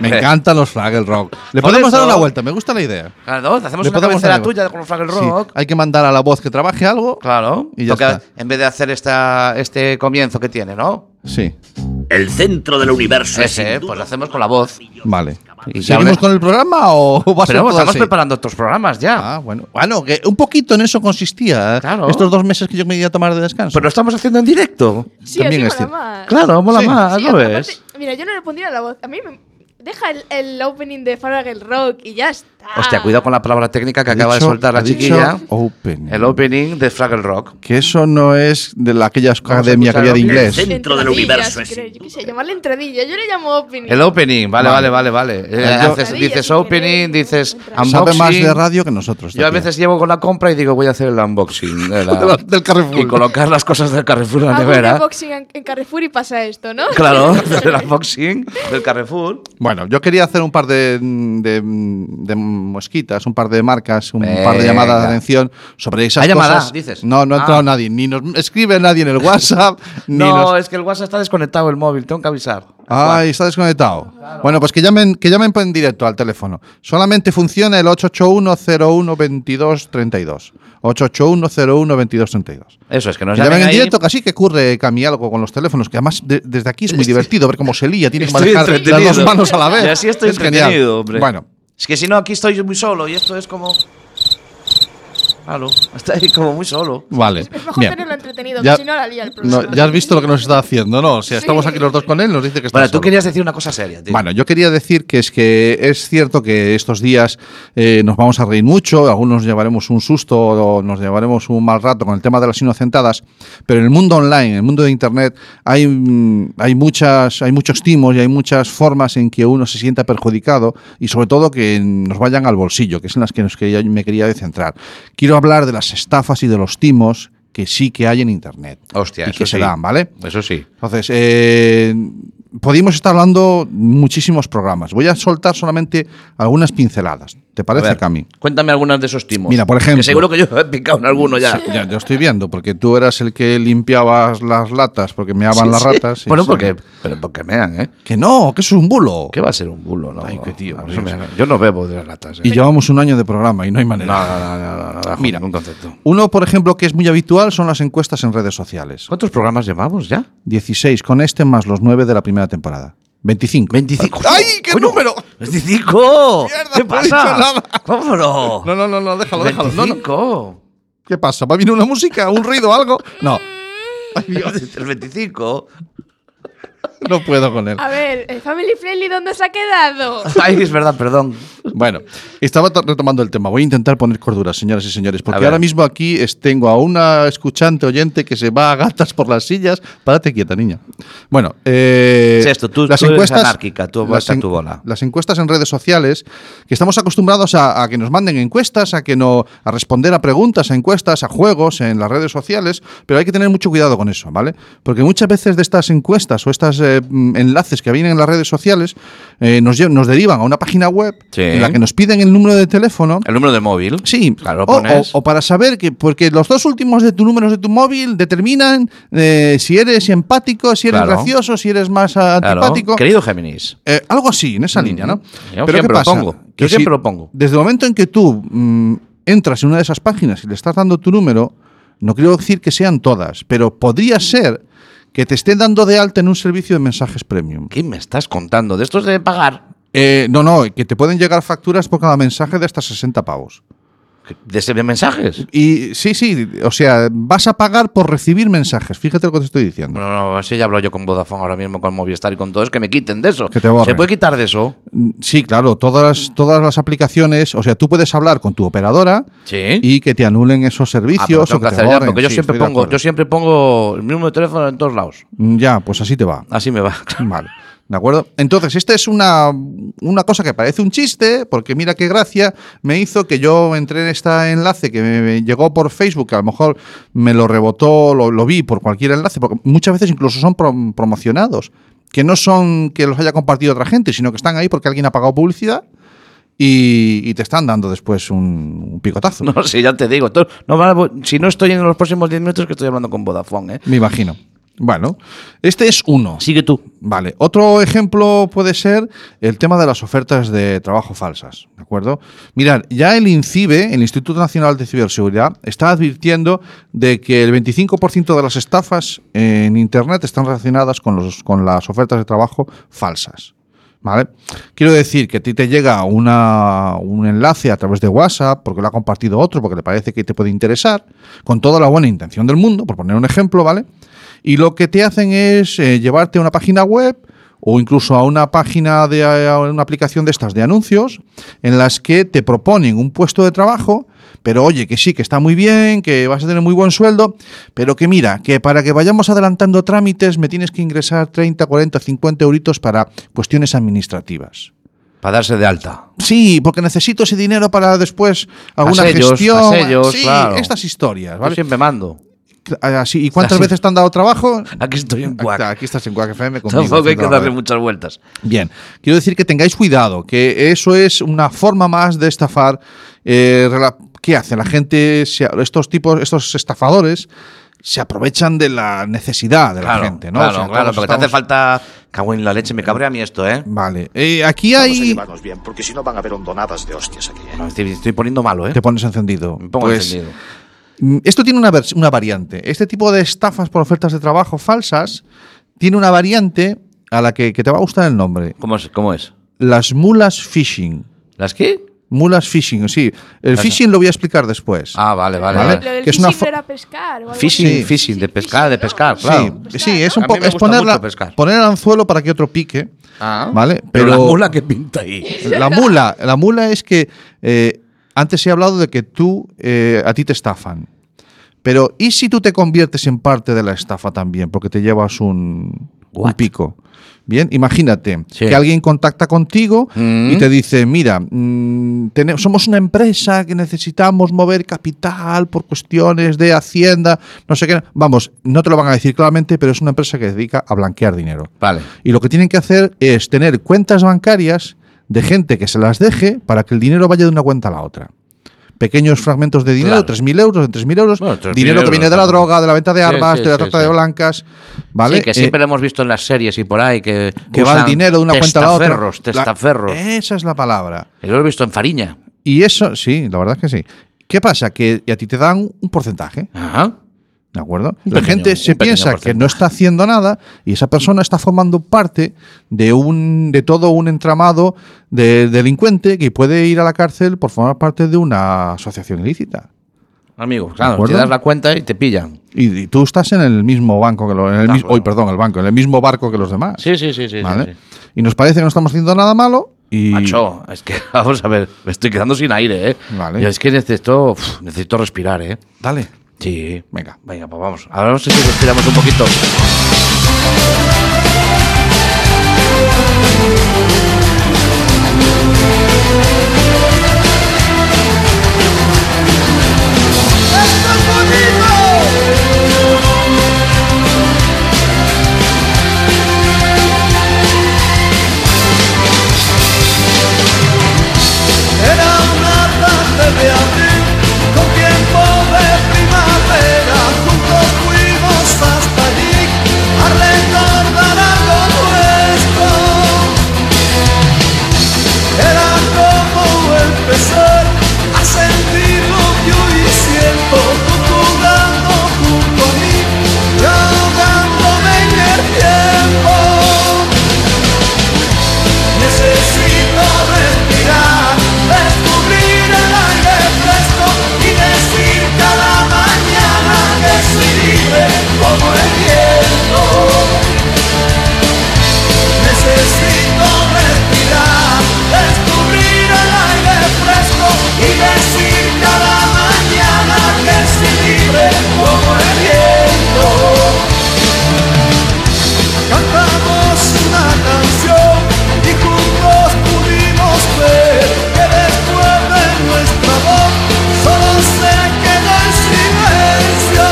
[SPEAKER 3] Me encantan los Fraggle Rock. Le
[SPEAKER 2] Por
[SPEAKER 3] podemos dar
[SPEAKER 2] eso-
[SPEAKER 3] una vuelta, me gusta la idea.
[SPEAKER 2] Claro, te hacemos
[SPEAKER 3] Le
[SPEAKER 2] una
[SPEAKER 3] podemos dar
[SPEAKER 2] cabecera
[SPEAKER 3] algo.
[SPEAKER 2] tuya con los Fraggle
[SPEAKER 3] Sí,
[SPEAKER 2] Rock.
[SPEAKER 3] hay que mandar a la voz que trabaje algo.
[SPEAKER 2] Claro.
[SPEAKER 3] Y ya
[SPEAKER 2] Porque
[SPEAKER 3] está.
[SPEAKER 2] en vez de hacer esta, este comienzo que tiene, ¿no?
[SPEAKER 3] Sí,
[SPEAKER 6] El centro del universo es
[SPEAKER 2] Ese,
[SPEAKER 6] sin
[SPEAKER 2] pues lo
[SPEAKER 6] duda
[SPEAKER 2] hacemos con la voz.
[SPEAKER 3] vale.
[SPEAKER 2] Y que
[SPEAKER 3] ¿Seguimos
[SPEAKER 2] hable-
[SPEAKER 3] con el programa o *laughs* va a ser
[SPEAKER 2] Pero vamos,
[SPEAKER 3] todo
[SPEAKER 2] estamos
[SPEAKER 3] así?
[SPEAKER 2] preparando otros programas ya.
[SPEAKER 3] Ah, bueno. Bueno, que un poquito en eso consistía. ¿eh?
[SPEAKER 2] Claro.
[SPEAKER 3] Estos dos meses que yo me iba a tomar de descanso.
[SPEAKER 2] Pero lo estamos haciendo en directo. este.
[SPEAKER 4] Sí,
[SPEAKER 3] También
[SPEAKER 4] así
[SPEAKER 3] es
[SPEAKER 4] mola
[SPEAKER 3] cierto.
[SPEAKER 4] más.
[SPEAKER 2] Claro, mola
[SPEAKER 3] Sí.
[SPEAKER 2] más,
[SPEAKER 4] Sí,
[SPEAKER 2] ¿no
[SPEAKER 4] aparte-
[SPEAKER 2] ves?
[SPEAKER 4] Mira, yo no le pondría la voz. A mí me. Deja el, el opening de Fraggle Rock y ya está.
[SPEAKER 2] Hostia, cuidado con la palabra técnica que
[SPEAKER 3] Ha
[SPEAKER 2] acaba
[SPEAKER 3] dicho-
[SPEAKER 2] de soltar la
[SPEAKER 3] ha dicho
[SPEAKER 2] chiquilla.
[SPEAKER 3] Open.
[SPEAKER 2] El opening de Fraggle Rock.
[SPEAKER 3] Que eso no es de la aquella
[SPEAKER 2] a
[SPEAKER 3] academia que había de
[SPEAKER 2] escucharlo.
[SPEAKER 3] inglés.
[SPEAKER 6] Sí. Dentro del
[SPEAKER 4] Entradillas,
[SPEAKER 6] universo es
[SPEAKER 4] creo,
[SPEAKER 6] sin
[SPEAKER 4] Yo qué
[SPEAKER 6] duda.
[SPEAKER 4] sé, llamarle entradilla. Yo le llamo opening.
[SPEAKER 2] El opening, vale, vale, vale, vale. Eh,
[SPEAKER 3] Yo-
[SPEAKER 2] haces- dices opening, dices
[SPEAKER 3] Sabe
[SPEAKER 2] unboxing.
[SPEAKER 3] más de radio que nosotros.
[SPEAKER 2] Yo a
[SPEAKER 3] esta tía.
[SPEAKER 2] veces llevo con la compra y digo, voy a hacer el unboxing de
[SPEAKER 3] *laughs*
[SPEAKER 2] la-
[SPEAKER 3] De la- del Carrefour.
[SPEAKER 2] y colocar las cosas del Carrefour en la
[SPEAKER 4] Hago un
[SPEAKER 2] nevera.
[SPEAKER 4] unboxing en, en Carrefour y pasa esto, ¿no? *laughs*
[SPEAKER 2] Claro, *laughs* del unboxing del Carrefour.
[SPEAKER 3] Bueno, yo quería hacer un par de, de, de mosquitas, un par de marcas, un
[SPEAKER 2] Venga.
[SPEAKER 3] par de llamadas de atención sobre esas
[SPEAKER 2] ¿Hay llamada,
[SPEAKER 3] cosas.
[SPEAKER 2] dices?
[SPEAKER 3] No, no ha
[SPEAKER 2] Ah.
[SPEAKER 3] entrado nadie. Ni nos escribe nadie en el
[SPEAKER 2] *laughs*
[SPEAKER 3] WhatsApp. ni
[SPEAKER 2] No,
[SPEAKER 3] nos-
[SPEAKER 2] es que el WhatsApp está desconectado el móvil, tengo que avisar.
[SPEAKER 3] Ay, está desconectado. Bueno, pues que llamen, que llamen en directo al teléfono. Solamente funciona el 881-01-2232. 881-01-2232.
[SPEAKER 2] Eso es que
[SPEAKER 3] Que
[SPEAKER 2] nos
[SPEAKER 3] llamen
[SPEAKER 2] llamen
[SPEAKER 3] en
[SPEAKER 2] ahí.
[SPEAKER 3] directo, casi que ocurre Cami algo con los teléfonos, que además de- desde aquí es muy divertido ver cómo se lía, tiene que
[SPEAKER 2] Estoy
[SPEAKER 3] manejar las
[SPEAKER 2] entretenido.
[SPEAKER 3] dos manos a la vez.
[SPEAKER 2] Y así estoy
[SPEAKER 3] Es genial.
[SPEAKER 2] entretenido, hombre.
[SPEAKER 3] Bueno,
[SPEAKER 2] Es que si no, aquí estoy muy solo y esto es como. Claro, *laughs* está ahí como muy solo.
[SPEAKER 3] vale.
[SPEAKER 4] Es mejor
[SPEAKER 3] Bien.
[SPEAKER 4] tenerlo entretenido,
[SPEAKER 3] Ya-
[SPEAKER 4] que si no la lía el
[SPEAKER 3] No,
[SPEAKER 4] programa.
[SPEAKER 3] ya has visto lo que nos está haciendo, ¿no? O sea,
[SPEAKER 4] Sí.
[SPEAKER 3] estamos aquí los dos con él, nos dice que está
[SPEAKER 2] Vale, tú
[SPEAKER 3] solo.
[SPEAKER 2] querías decir una cosa seria, tío.
[SPEAKER 3] Bueno, yo quería decir que es que es cierto que estos días eh, nos vamos a reír mucho, algunos nos llevaremos un susto o nos llevaremos un mal rato con el tema de las inocentadas, pero en el mundo online, en el mundo de internet, hay, mm, hay muchas, hay muchos timos y hay muchas formas en que uno se sienta perjudicado y sobre todo que nos vayan al bolsillo, que es en las que nos quería- me quería centrar. Quiero hablar de las estafas y de los timos que sí que hay en internet
[SPEAKER 2] Hostia,
[SPEAKER 3] y
[SPEAKER 2] eso
[SPEAKER 3] que se
[SPEAKER 2] sí.
[SPEAKER 3] dan, ¿vale?
[SPEAKER 2] Eso sí.
[SPEAKER 3] Entonces, eh, podíamos estar hablando muchísimos programas. Voy a soltar solamente algunas pinceladas. ¿Te
[SPEAKER 2] A
[SPEAKER 3] parece,
[SPEAKER 2] ver,
[SPEAKER 3] Cami?
[SPEAKER 2] Cuéntame algunas de esos timos.
[SPEAKER 3] Mira, por ejemplo.
[SPEAKER 2] Que seguro que yo *laughs* he picado en alguno ya.
[SPEAKER 3] Sí, ya, yo estoy viendo, porque tú eras el que limpiabas las latas, porque meaban
[SPEAKER 2] Sí,
[SPEAKER 3] las
[SPEAKER 2] sí.
[SPEAKER 3] ratas. sí,
[SPEAKER 2] bueno,
[SPEAKER 3] sí.
[SPEAKER 2] porque, pero porque mean, ¿eh?
[SPEAKER 3] Que no, que eso es un bulo.
[SPEAKER 2] ¿Qué va a ser un bulo, no?
[SPEAKER 3] Ay, qué tío,
[SPEAKER 2] A
[SPEAKER 3] por
[SPEAKER 2] mí
[SPEAKER 3] Dios.
[SPEAKER 2] me- Yo no bebo de las latas. ¿eh?
[SPEAKER 3] Y llevamos un año de programa y no hay
[SPEAKER 2] No,
[SPEAKER 3] manera.
[SPEAKER 2] no, no, no, no, no, bajo
[SPEAKER 3] Mira.
[SPEAKER 2] ningún concepto.
[SPEAKER 3] Uno, por ejemplo, que es muy habitual son las encuestas en redes sociales.
[SPEAKER 2] ¿Cuántos programas llevamos ya?
[SPEAKER 3] 16 con este más los 9 de la primera temporada. 25.
[SPEAKER 2] 25.
[SPEAKER 3] ¡Ay, qué
[SPEAKER 2] Coño,
[SPEAKER 3] número!
[SPEAKER 2] ¡25!
[SPEAKER 3] Mierda,
[SPEAKER 2] ¿Qué
[SPEAKER 3] no he dicho
[SPEAKER 2] pasa?
[SPEAKER 3] nada.
[SPEAKER 2] ¿Cómo no?
[SPEAKER 3] No, no, no, no, déjalo, déjalo. No, no.
[SPEAKER 2] 25.
[SPEAKER 3] ¿Qué pasa? ¿Va a venir una música, un ruido, algo? No,
[SPEAKER 2] *laughs* El 25.
[SPEAKER 3] no puedo con él.
[SPEAKER 4] A ver, el Family Friendly, ¿dónde se ha quedado?
[SPEAKER 2] Ay, es verdad, perdón.
[SPEAKER 3] Bueno, estaba to- retomando el tema. Voy a intentar poner cordura, señoras y señores,
[SPEAKER 2] A
[SPEAKER 3] porque
[SPEAKER 2] ver.
[SPEAKER 3] ahora mismo aquí es- tengo a una escuchante oyente que se va a gatas por las sillas. Párate quieta, niña. Bueno, eh,
[SPEAKER 2] Sí, esto, tú- tú eres anárquica, tú vas a tu bola.
[SPEAKER 3] Las encuestas en redes sociales, que estamos acostumbrados a, a que nos manden encuestas, a que no, a responder a preguntas, a encuestas, a juegos en las redes sociales, pero hay que tener mucho cuidado con eso, ¿vale? Porque muchas veces de estas encuestas o estos enlaces que vienen en las redes sociales eh, nos, lle- nos derivan a una página web
[SPEAKER 2] Sí.
[SPEAKER 3] en la que nos piden el número de teléfono.
[SPEAKER 2] El número de móvil.
[SPEAKER 3] Sí,
[SPEAKER 2] Claro, lo
[SPEAKER 3] o, o-
[SPEAKER 2] pones.
[SPEAKER 3] o para saber que, porque los dos últimos de tu números de tu móvil determinan eh, si eres empático, si eres
[SPEAKER 2] Claro.
[SPEAKER 3] gracioso, si eres más ah,
[SPEAKER 2] Claro.
[SPEAKER 3] antipático.
[SPEAKER 2] Querido Géminis.
[SPEAKER 3] Eh, algo así, en esa
[SPEAKER 2] Mm.
[SPEAKER 3] línea, ¿no?
[SPEAKER 2] Yo siempre lo pongo. Yo siempre lo pongo.
[SPEAKER 3] Desde el momento en que tú mm, entras en una de esas páginas y le estás dando tu número, no quiero decir que sean todas, pero podría ser que te estén dando de alta en un servicio de mensajes premium.
[SPEAKER 2] ¿Qué me estás contando? ¿De estos de pagar?
[SPEAKER 3] Eh, no, no, que te pueden llegar facturas por cada mensaje de hasta 60 pavos.
[SPEAKER 2] ¿De ese de mensajes?
[SPEAKER 3] Y sí, sí, o sea, vas a pagar por recibir mensajes. Fíjate lo que te estoy diciendo.
[SPEAKER 2] No, no, así ya hablo yo con Vodafone ahora mismo, con Movistar y con todos, que me quiten de eso.
[SPEAKER 3] Que te borren.
[SPEAKER 2] ¿Se puede quitar de eso?
[SPEAKER 3] Mm, Sí, claro, todas, todas las aplicaciones, o sea, tú puedes hablar con tu operadora
[SPEAKER 2] Sí.
[SPEAKER 3] y que te anulen esos
[SPEAKER 2] Ah, pero
[SPEAKER 3] servicios
[SPEAKER 2] tengo
[SPEAKER 3] o
[SPEAKER 2] que
[SPEAKER 3] que te
[SPEAKER 2] hacer ya,
[SPEAKER 3] borren.
[SPEAKER 2] porque yo
[SPEAKER 3] Sí,
[SPEAKER 2] siempre
[SPEAKER 3] estoy de
[SPEAKER 2] pongo,
[SPEAKER 3] acuerdo.
[SPEAKER 2] yo siempre pongo el mismo teléfono en todos lados.
[SPEAKER 3] Mm, Ya, pues así te va. *laughs*
[SPEAKER 2] Así me va. *laughs*
[SPEAKER 3] Vale. ¿De acuerdo? Entonces, esta es una, una cosa que parece un chiste, porque mira qué gracia me hizo que yo entré en este enlace que me, me llegó por Facebook, que a lo mejor me lo rebotó, lo, lo vi por cualquier enlace, porque muchas veces incluso son prom- promocionados, que no son que los haya compartido otra gente, sino que están ahí porque alguien ha pagado publicidad y, y te están dando después un, un picotazo.
[SPEAKER 2] No sé, ya te digo. to- no van a- si no estoy en los próximos 10 minutos que estoy hablando con Vodafone, ¿eh?
[SPEAKER 3] Me imagino. Bueno, este es uno.
[SPEAKER 2] Sigue tú.
[SPEAKER 3] Vale, otro ejemplo puede ser el tema de las ofertas de trabajo falsas, ¿de acuerdo? Mirad, ya el INCIBE, el Instituto Nacional de Ciberseguridad, está advirtiendo de que el 25% de las estafas en Internet están relacionadas con, los, con las ofertas de trabajo falsas. ¿Vale? Quiero decir que a ti te llega una, un enlace a través de WhatsApp porque lo ha compartido otro, porque le parece que te puede interesar, con toda la buena intención del mundo, por poner un ejemplo, ¿vale? Y lo que te hacen es eh, llevarte a una página web o incluso a una página de a una aplicación de estas de anuncios en las que te proponen un puesto de trabajo, pero oye, que sí, que está muy bien, que vas a tener muy buen sueldo, pero que mira, que para que vayamos adelantando trámites me tienes que ingresar 30, 40, 50 euritos para cuestiones administrativas.
[SPEAKER 2] Para darse de alta.
[SPEAKER 3] Sí, porque necesito ese dinero para después alguna
[SPEAKER 2] Pasellos,
[SPEAKER 3] gestión.
[SPEAKER 2] pasellos,
[SPEAKER 3] sí,
[SPEAKER 2] claro.
[SPEAKER 3] estas historias,
[SPEAKER 2] Yo
[SPEAKER 3] ¿vale?
[SPEAKER 2] siempre mando.
[SPEAKER 3] Así, ¿Y cuántas
[SPEAKER 2] Así.
[SPEAKER 3] veces te han dado trabajo?
[SPEAKER 2] Aquí estoy en cuac. *laughs*
[SPEAKER 3] Aquí estás en Quack FM conmigo,
[SPEAKER 2] Tampoco hay que
[SPEAKER 3] etcétera,
[SPEAKER 2] darle
[SPEAKER 3] ¿vale?
[SPEAKER 2] muchas vueltas.
[SPEAKER 3] Bien, quiero decir que tengáis cuidado, que eso es una forma más de estafar. eh, rela- ¿Qué hace? La gente, se- estos tipos, estos estafadores, se aprovechan de la necesidad de la gente, ¿no?
[SPEAKER 2] Claro,
[SPEAKER 3] O sea,
[SPEAKER 2] claro,
[SPEAKER 3] todos
[SPEAKER 2] porque te hace
[SPEAKER 3] estamos-
[SPEAKER 2] falta. Cago en la leche, me cabrea a mí esto, ¿eh?
[SPEAKER 3] Vale, eh, aquí
[SPEAKER 9] Vamos a
[SPEAKER 3] hay.
[SPEAKER 9] llevarnos bien, porque si no van a haber hondonadas de hostias aquí. ¿eh?
[SPEAKER 2] No, estoy, estoy poniendo malo, ¿eh?
[SPEAKER 3] Te pones encendido.
[SPEAKER 2] Me pongo
[SPEAKER 3] Pues,
[SPEAKER 2] encendido.
[SPEAKER 3] Mm, Esto tiene una, vers- una variante. Este tipo de estafas por ofertas de trabajo falsas tiene una variante a la que, que te va a gustar el nombre.
[SPEAKER 2] ¿Cómo es? ¿Cómo es?
[SPEAKER 3] Las mulas phishing.
[SPEAKER 2] ¿Las qué?
[SPEAKER 3] Mulas phishing, sí. El
[SPEAKER 2] Las-
[SPEAKER 3] phishing lo voy a explicar después.
[SPEAKER 2] Ah, vale, vale.
[SPEAKER 3] Vale.
[SPEAKER 2] vale.
[SPEAKER 4] Lo del
[SPEAKER 3] Que es una
[SPEAKER 4] fishing
[SPEAKER 3] fo-
[SPEAKER 4] no era pescar. o algo
[SPEAKER 2] Fishing,
[SPEAKER 4] así.
[SPEAKER 3] Sí.
[SPEAKER 2] fishing, de pescar, de pescar,
[SPEAKER 3] Sí,
[SPEAKER 2] claro.
[SPEAKER 3] sí, es un
[SPEAKER 2] A mí me
[SPEAKER 3] poco es
[SPEAKER 2] gusta
[SPEAKER 3] poner,
[SPEAKER 2] mucho
[SPEAKER 3] la-
[SPEAKER 2] pescar.
[SPEAKER 3] poner el anzuelo para que otro pique,
[SPEAKER 2] Ah.
[SPEAKER 3] ¿vale?
[SPEAKER 2] Pero, la mula que pinta ahí.
[SPEAKER 3] *laughs* La mula, la mula es que eh, antes he hablado de que tú eh, a ti te estafan. Pero ¿y si tú te conviertes en parte de la estafa también? Porque te llevas un, un
[SPEAKER 2] What?
[SPEAKER 3] pico. Bien, imagínate
[SPEAKER 2] Sí.
[SPEAKER 3] que alguien contacta contigo
[SPEAKER 2] Mm.
[SPEAKER 3] y te dice, mira, mm, tene- somos una empresa que necesitamos mover capital por cuestiones de hacienda, no sé qué. Vamos, no te lo van a decir claramente, pero es una empresa que se dedica a blanquear dinero.
[SPEAKER 2] Vale.
[SPEAKER 3] Y lo que tienen que hacer es tener cuentas bancarias de gente que se las deje para que el dinero vaya de una cuenta a la otra. Pequeños fragmentos de dinero,
[SPEAKER 2] Claro.
[SPEAKER 3] 3.000 euros, en 3.000 euros,
[SPEAKER 2] Bueno, 3.000
[SPEAKER 3] dinero que
[SPEAKER 2] euros,
[SPEAKER 3] viene de la
[SPEAKER 2] tampoco.
[SPEAKER 3] droga, de la venta de
[SPEAKER 2] Sí,
[SPEAKER 3] armas,
[SPEAKER 2] sí,
[SPEAKER 3] de la
[SPEAKER 2] sí,
[SPEAKER 3] trata
[SPEAKER 2] sí.
[SPEAKER 3] de blancas, ¿vale?
[SPEAKER 2] Sí, que
[SPEAKER 3] Eh,
[SPEAKER 2] siempre lo hemos visto en las series y por ahí que,
[SPEAKER 3] que va el
[SPEAKER 2] usan
[SPEAKER 3] dinero de una cuenta a la otra.
[SPEAKER 2] Testaferros,
[SPEAKER 3] La- ¿Eh?
[SPEAKER 2] testaferros.
[SPEAKER 3] esa es la palabra.
[SPEAKER 2] Yo lo he visto en Fariña.
[SPEAKER 3] Y eso, sí, la verdad es que sí. ¿Qué pasa? Que a ti te dan un porcentaje.
[SPEAKER 2] Ajá.
[SPEAKER 3] ¿De acuerdo?
[SPEAKER 2] Un
[SPEAKER 3] la
[SPEAKER 2] pequeño-
[SPEAKER 3] gente se
[SPEAKER 2] un pequeño
[SPEAKER 3] piensa que no está haciendo nada y esa persona está formando parte de un de todo un entramado de delincuente que puede ir a la cárcel por formar parte de una asociación ilícita.
[SPEAKER 2] Amigo, claro, te
[SPEAKER 3] acuerdo?
[SPEAKER 2] das la cuenta y te pillan.
[SPEAKER 3] Y, y tú estás en el mismo banco que lo, en el
[SPEAKER 2] Ah,
[SPEAKER 3] mis-
[SPEAKER 2] bueno.
[SPEAKER 3] hoy, perdón, el banco, en el mismo barco que los demás.
[SPEAKER 2] Sí, sí, sí, sí. sí,
[SPEAKER 3] ¿vale?
[SPEAKER 2] sí.
[SPEAKER 3] Y nos parece que no estamos haciendo nada malo y
[SPEAKER 2] Macho, es que *laughs* vamos a ver, me estoy quedando sin aire, ¿eh?
[SPEAKER 3] Vale.
[SPEAKER 2] Yo es que necesito, uf, necesito respirar, ¿eh?
[SPEAKER 3] dale.
[SPEAKER 2] Sí.
[SPEAKER 3] Venga.
[SPEAKER 2] Venga, pues vamos. Ahora no sé si respiramos un poquito.
[SPEAKER 10] Era una tarde de abril, con tiempo de primavera, juntos fuimos hasta allí a recordar algo nuestro. Era como empezar a sentir lo que hoy siento, tú jugando junto a mí, yo ahogándome en el tiempo. Necesito respirar, descubrir el aire fresco y decir cada mañana que soy libre como el viento. Necesito respirar, descubrir el aire fresco y decir cada mañana que soy libre como el viento. Cantamos una canción y juntos pudimos ver que después de nuestra voz solo se queda el silencio.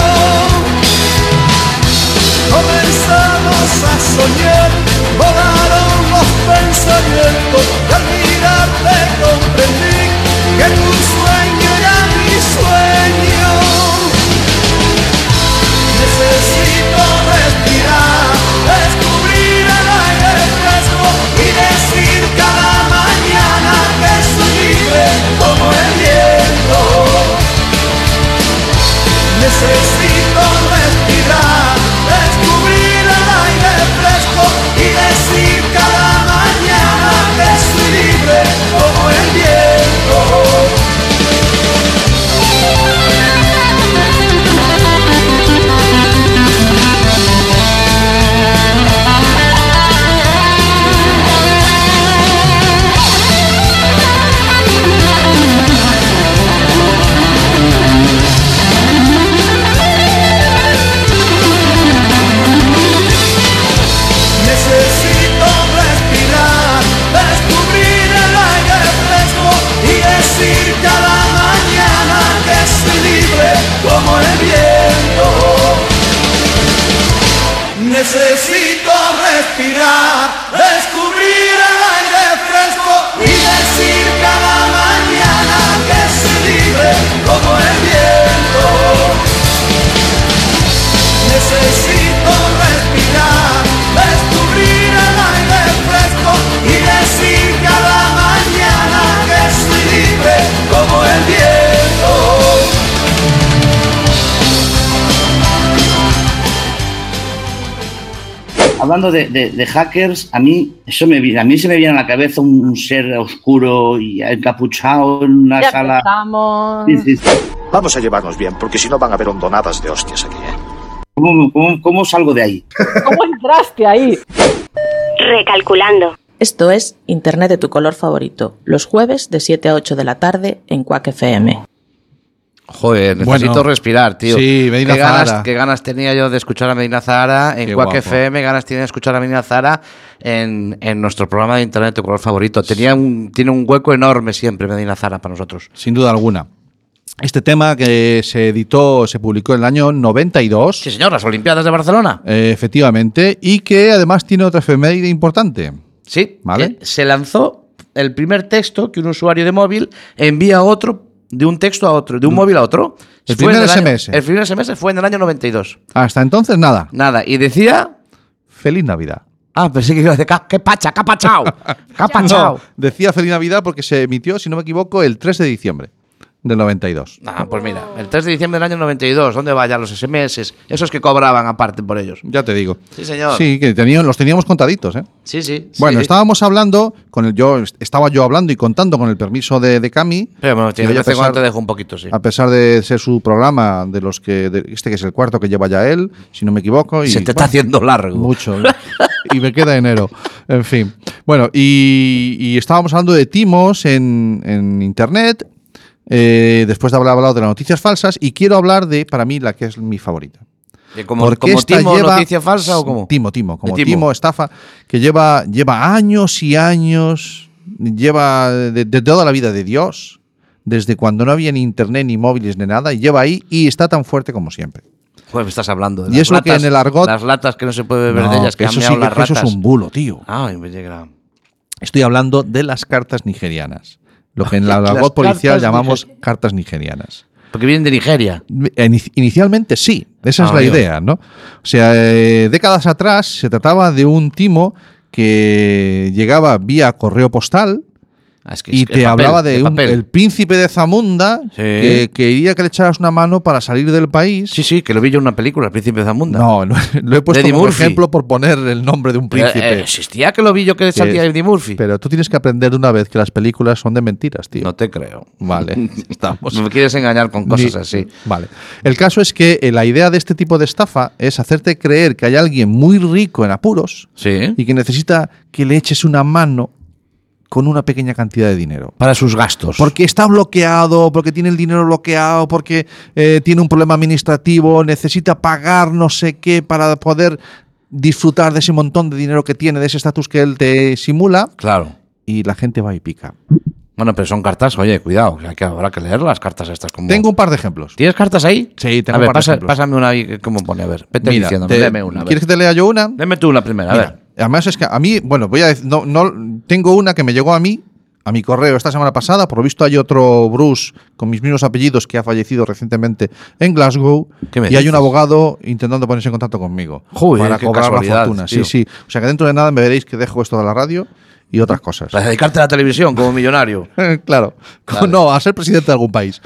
[SPEAKER 10] Comenzamos a soñar, volaron los pensamientos y al mirarte comprendí que tu sueño era mi sueño. Necesito respirar, descubrir el aire fresco y decir cada mañana que soy libre como el viento. Necesito respirar, descubrir el aire fresco y decir cada mañana que soy libre como el viento. Necesito respirar, descubrir el aire fresco y decir cada mañana que soy libre como el viento. Necesito respirar, descubrir el aire fresco y decir cada mañana que soy libre como el viento. Necesito respirar, descubrir el aire fresco y decir cada mañana que soy libre como el viento.
[SPEAKER 11] Hablando de, de- de hackers, a mí, eso me, vi- a mí se me viene a la cabeza un, un ser oscuro y encapuchado en una
[SPEAKER 12] Ya
[SPEAKER 11] sala.
[SPEAKER 12] empezamos.
[SPEAKER 11] Sí, sí, sí.
[SPEAKER 9] Vamos a llevarnos bien, porque si no van a haber hondonadas de hostias aquí, ¿eh?
[SPEAKER 11] ¿Cómo, cómo, cómo salgo de ahí?
[SPEAKER 12] ¿Cómo entraste ahí?
[SPEAKER 8] Recalculando.
[SPEAKER 1] Esto es Internet de tu color favorito, los jueves de 7 a 8 de la tarde en Quack FM.
[SPEAKER 2] Joder, necesito
[SPEAKER 3] Bueno.
[SPEAKER 2] respirar, tío.
[SPEAKER 3] Sí, Medina
[SPEAKER 2] ¿Qué
[SPEAKER 3] Zahara.
[SPEAKER 2] ganas, qué ganas tenía yo de escuchar a Medina Zahara en
[SPEAKER 3] Qué
[SPEAKER 2] Quack
[SPEAKER 3] guapo.
[SPEAKER 2] FM, ganas tenía de escuchar a Medina Zahara en, en nuestro programa de internet, tu color favorito. Tenía un, tiene un hueco enorme siempre Medina Zahara para nosotros.
[SPEAKER 3] Sin duda alguna. Este tema que se editó, se publicó en el año 92.
[SPEAKER 2] Sí, señor, las Olimpiadas de Barcelona.
[SPEAKER 3] Eh, efectivamente, y que además tiene otra efeméride importante.
[SPEAKER 2] Sí,
[SPEAKER 3] Vale.
[SPEAKER 2] eh, se lanzó eh, el primer texto que un usuario de móvil envía a otro, de un texto a otro, de un móvil a otro.
[SPEAKER 3] Mm. El
[SPEAKER 2] fue en
[SPEAKER 3] primer
[SPEAKER 2] año-
[SPEAKER 3] SMS.
[SPEAKER 2] el primer SMS fue en el año 92.
[SPEAKER 3] Hasta entonces, nada.
[SPEAKER 2] Nada. Y decía.
[SPEAKER 3] Feliz Navidad.
[SPEAKER 2] Ah, pensé que iba a decir, "Ca- ¡qué pacha, qué
[SPEAKER 3] *laughs*
[SPEAKER 2] pachao! ¡Qué pachao!
[SPEAKER 3] No, decía Feliz Navidad porque se emitió, si no me equivoco, el 3 de diciembre del 92.
[SPEAKER 2] Ah, pues mira, el 3 de diciembre del año 92, ¿dónde vayan los SMS? Esos que cobraban aparte por ellos.
[SPEAKER 3] Ya te digo.
[SPEAKER 2] Sí, señor.
[SPEAKER 3] Sí, que tenían- los teníamos contaditos, ¿eh?
[SPEAKER 2] sí, sí.
[SPEAKER 3] Bueno,
[SPEAKER 2] sí.
[SPEAKER 3] estábamos hablando con el yo estaba yo hablando y contando con el permiso de, de Cami.
[SPEAKER 2] Pero bueno,
[SPEAKER 3] Y
[SPEAKER 2] tío,
[SPEAKER 3] hoy,
[SPEAKER 2] yo
[SPEAKER 3] a
[SPEAKER 2] te
[SPEAKER 3] pesar-
[SPEAKER 2] te dejo un poquito, sí.
[SPEAKER 3] A pesar de ser su programa de los que de- este que es el cuarto que lleva ya él, si no me equivoco, y
[SPEAKER 2] Se te está haciendo largo.
[SPEAKER 3] mucho *laughs* y me queda enero. En fin, bueno y, y estábamos hablando de timos en, en internet. eh, después de haber hablado de las noticias falsas y quiero hablar de para mí la que es mi favorita.
[SPEAKER 2] Que Como,
[SPEAKER 3] Porque
[SPEAKER 2] como
[SPEAKER 3] esta
[SPEAKER 2] timo,
[SPEAKER 3] lleva-
[SPEAKER 2] noticia falsa o cómo?
[SPEAKER 3] Timo, Timo, como
[SPEAKER 2] De
[SPEAKER 3] timo.
[SPEAKER 2] timo.
[SPEAKER 3] estafa, que lleva, lleva años y años, lleva de, de toda la vida de Dios, desde cuando no había ni internet, ni móviles, ni nada, y lleva ahí y está tan fuerte como siempre.
[SPEAKER 2] Pues me estás hablando. De
[SPEAKER 3] Y
[SPEAKER 2] las
[SPEAKER 3] es lo que
[SPEAKER 2] latas-
[SPEAKER 3] en el argot-
[SPEAKER 2] Las latas que no se puede beber
[SPEAKER 3] No,
[SPEAKER 2] de ellas, que
[SPEAKER 3] que eso
[SPEAKER 2] han
[SPEAKER 3] sí
[SPEAKER 2] meado
[SPEAKER 3] que-
[SPEAKER 2] las
[SPEAKER 3] que eso
[SPEAKER 2] ratas.
[SPEAKER 3] es un bulo, tío.
[SPEAKER 2] Ay, me llega.
[SPEAKER 3] Estoy hablando de las cartas nigerianas, lo que en
[SPEAKER 2] *laughs*
[SPEAKER 3] la
[SPEAKER 2] Las
[SPEAKER 3] voz policial
[SPEAKER 2] cartas
[SPEAKER 3] llamamos cartas nigerianas.
[SPEAKER 2] Porque vienen de Nigeria.
[SPEAKER 3] Ini- Inicialmente sí, esa es
[SPEAKER 2] Ah,
[SPEAKER 3] la
[SPEAKER 2] amigo.
[SPEAKER 3] idea, ¿no? O sea, eh, décadas atrás se trataba de un timo que llegaba vía correo postal
[SPEAKER 2] Ah, es que
[SPEAKER 3] y
[SPEAKER 2] es-
[SPEAKER 3] te
[SPEAKER 2] es papel,
[SPEAKER 3] hablaba de
[SPEAKER 2] es
[SPEAKER 3] un-
[SPEAKER 2] papel.
[SPEAKER 3] el príncipe de Zamunda que quería que le echaras una mano para salir del país.
[SPEAKER 2] Sí, sí, que lo vi yo en una película, El Príncipe de Zamunda.
[SPEAKER 3] No, lo, lo he puesto
[SPEAKER 2] Eddie
[SPEAKER 3] como
[SPEAKER 2] Murphy.
[SPEAKER 3] ejemplo por poner el nombre de un
[SPEAKER 2] Pero, eh,
[SPEAKER 3] príncipe.
[SPEAKER 2] existía que lo vi yo que salía Eddie Murphy.
[SPEAKER 3] Pero tú tienes que aprender de una vez que las películas son de mentiras, tío.
[SPEAKER 2] No te creo. *laughs*
[SPEAKER 3] Vale, estamos.
[SPEAKER 2] Me quieres engañar con cosas
[SPEAKER 3] Ni-
[SPEAKER 2] así.
[SPEAKER 3] Vale. El caso es que eh, la idea de este tipo de estafa es hacerte creer que hay alguien muy rico en apuros
[SPEAKER 2] Sí.
[SPEAKER 3] y que necesita que le eches una mano con una pequeña cantidad de dinero.
[SPEAKER 2] Para sus gastos.
[SPEAKER 3] Porque está bloqueado, porque tiene el dinero bloqueado, porque eh, tiene un problema administrativo, necesita pagar no sé qué para poder disfrutar de ese montón de dinero que tiene, de ese estatus que él te simula,
[SPEAKER 2] Claro.
[SPEAKER 3] y la gente va y pica.
[SPEAKER 2] Bueno, pero son cartas, oye, cuidado, que hay que- habrá que leer las cartas estas como.
[SPEAKER 3] Tengo un par de ejemplos.
[SPEAKER 2] ¿Tienes cartas ahí?
[SPEAKER 3] Sí, tengo
[SPEAKER 2] a
[SPEAKER 3] un
[SPEAKER 2] ver,
[SPEAKER 3] par de
[SPEAKER 2] pasa-
[SPEAKER 3] ejemplos.
[SPEAKER 2] pásame una ahí, ¿cómo pone? A ver, vete
[SPEAKER 3] Mira,
[SPEAKER 2] diciéndome,
[SPEAKER 3] te-
[SPEAKER 2] deme una. a ver.
[SPEAKER 3] ¿Quieres que te lea yo una?
[SPEAKER 2] Deme tú una primera, a
[SPEAKER 3] Mira,
[SPEAKER 2] ver.
[SPEAKER 3] Además es que a mí, bueno, voy a decir, no, no, tengo una que me llegó a mí, a mi correo esta semana pasada, por lo visto hay otro Bruce con mis mismos apellidos que ha fallecido recientemente en Glasgow
[SPEAKER 2] ¿Qué
[SPEAKER 3] y
[SPEAKER 2] me
[SPEAKER 3] hay un
[SPEAKER 2] dices?
[SPEAKER 3] abogado intentando ponerse en contacto conmigo
[SPEAKER 2] Joder,
[SPEAKER 3] para
[SPEAKER 2] qué
[SPEAKER 3] cobrar la
[SPEAKER 2] casualidad,
[SPEAKER 3] fortuna.
[SPEAKER 2] tío.
[SPEAKER 3] Sí, sí. O sea que dentro de nada me veréis que dejo esto de la radio y otras cosas.
[SPEAKER 2] Para dedicarte a la televisión como millonario.
[SPEAKER 3] *laughs* claro.
[SPEAKER 2] Vale.
[SPEAKER 3] *laughs* No, a ser presidente de
[SPEAKER 2] *laughs*
[SPEAKER 3] algún país.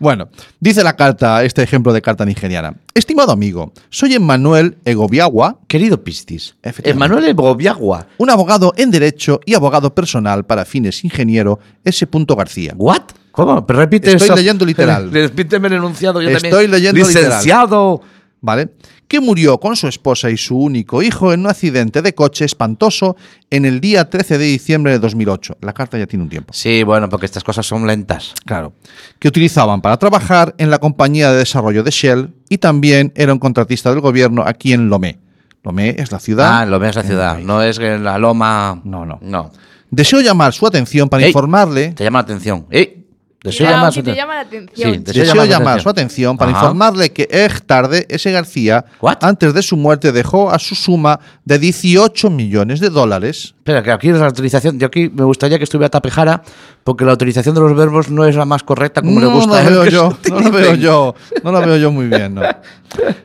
[SPEAKER 3] Bueno, dice la carta, este ejemplo de carta nigeriana. Estimado amigo, soy Emmanuel Egobiagua.
[SPEAKER 2] Querido Pistis,
[SPEAKER 3] Efectivamente.
[SPEAKER 2] Emanuel Bobiagua.
[SPEAKER 3] un abogado en Derecho y abogado personal para fines ingeniero S. García.
[SPEAKER 2] ¿What? ¿Cómo? Pero repite
[SPEAKER 3] Estoy
[SPEAKER 2] eso.
[SPEAKER 3] leyendo *laughs* literal.
[SPEAKER 2] Repíteme el enunciado. Yo
[SPEAKER 3] Estoy
[SPEAKER 2] también.
[SPEAKER 3] leyendo literal.
[SPEAKER 2] Licenciado.
[SPEAKER 3] ¿Vale? Que murió con su esposa y su único hijo en un accidente de coche espantoso en el día 13 de diciembre de 2008. La carta ya tiene un tiempo.
[SPEAKER 2] Sí, bueno, porque estas cosas son lentas.
[SPEAKER 3] Claro. Que utilizaban para trabajar en la compañía de desarrollo de Shell y también era un contratista del gobierno aquí en Lomé. Lomé es la ciudad.
[SPEAKER 2] Ah, lo ves la ciudad. No es que la loma.
[SPEAKER 3] Mm. No, no.
[SPEAKER 2] No.
[SPEAKER 3] Deseo llamar su atención para
[SPEAKER 2] Ey.
[SPEAKER 3] informarle
[SPEAKER 2] Te llama la atención. ¿Eh? Deseo
[SPEAKER 4] Cuidado,
[SPEAKER 2] llamar
[SPEAKER 4] que
[SPEAKER 2] su
[SPEAKER 4] te
[SPEAKER 2] aten-
[SPEAKER 4] llama la atención.
[SPEAKER 2] Sí, deseo
[SPEAKER 3] Deseo
[SPEAKER 2] llamar,
[SPEAKER 3] llamar, su atención para
[SPEAKER 2] Ajá.
[SPEAKER 3] informarle que es tarde ese García,
[SPEAKER 2] What?
[SPEAKER 3] antes de su muerte, dejó a su suma de 18 millones de dólares.
[SPEAKER 2] Espera, que aquí es la autorización. Yo aquí me gustaría que estuviera tapejara, porque la autorización de los verbos no es la más correcta Ah, como le gusta a
[SPEAKER 3] no
[SPEAKER 2] él
[SPEAKER 3] lo veo
[SPEAKER 2] que se
[SPEAKER 3] yo, no lo veo
[SPEAKER 2] utilicen.
[SPEAKER 3] yo, no lo veo yo muy bien. no.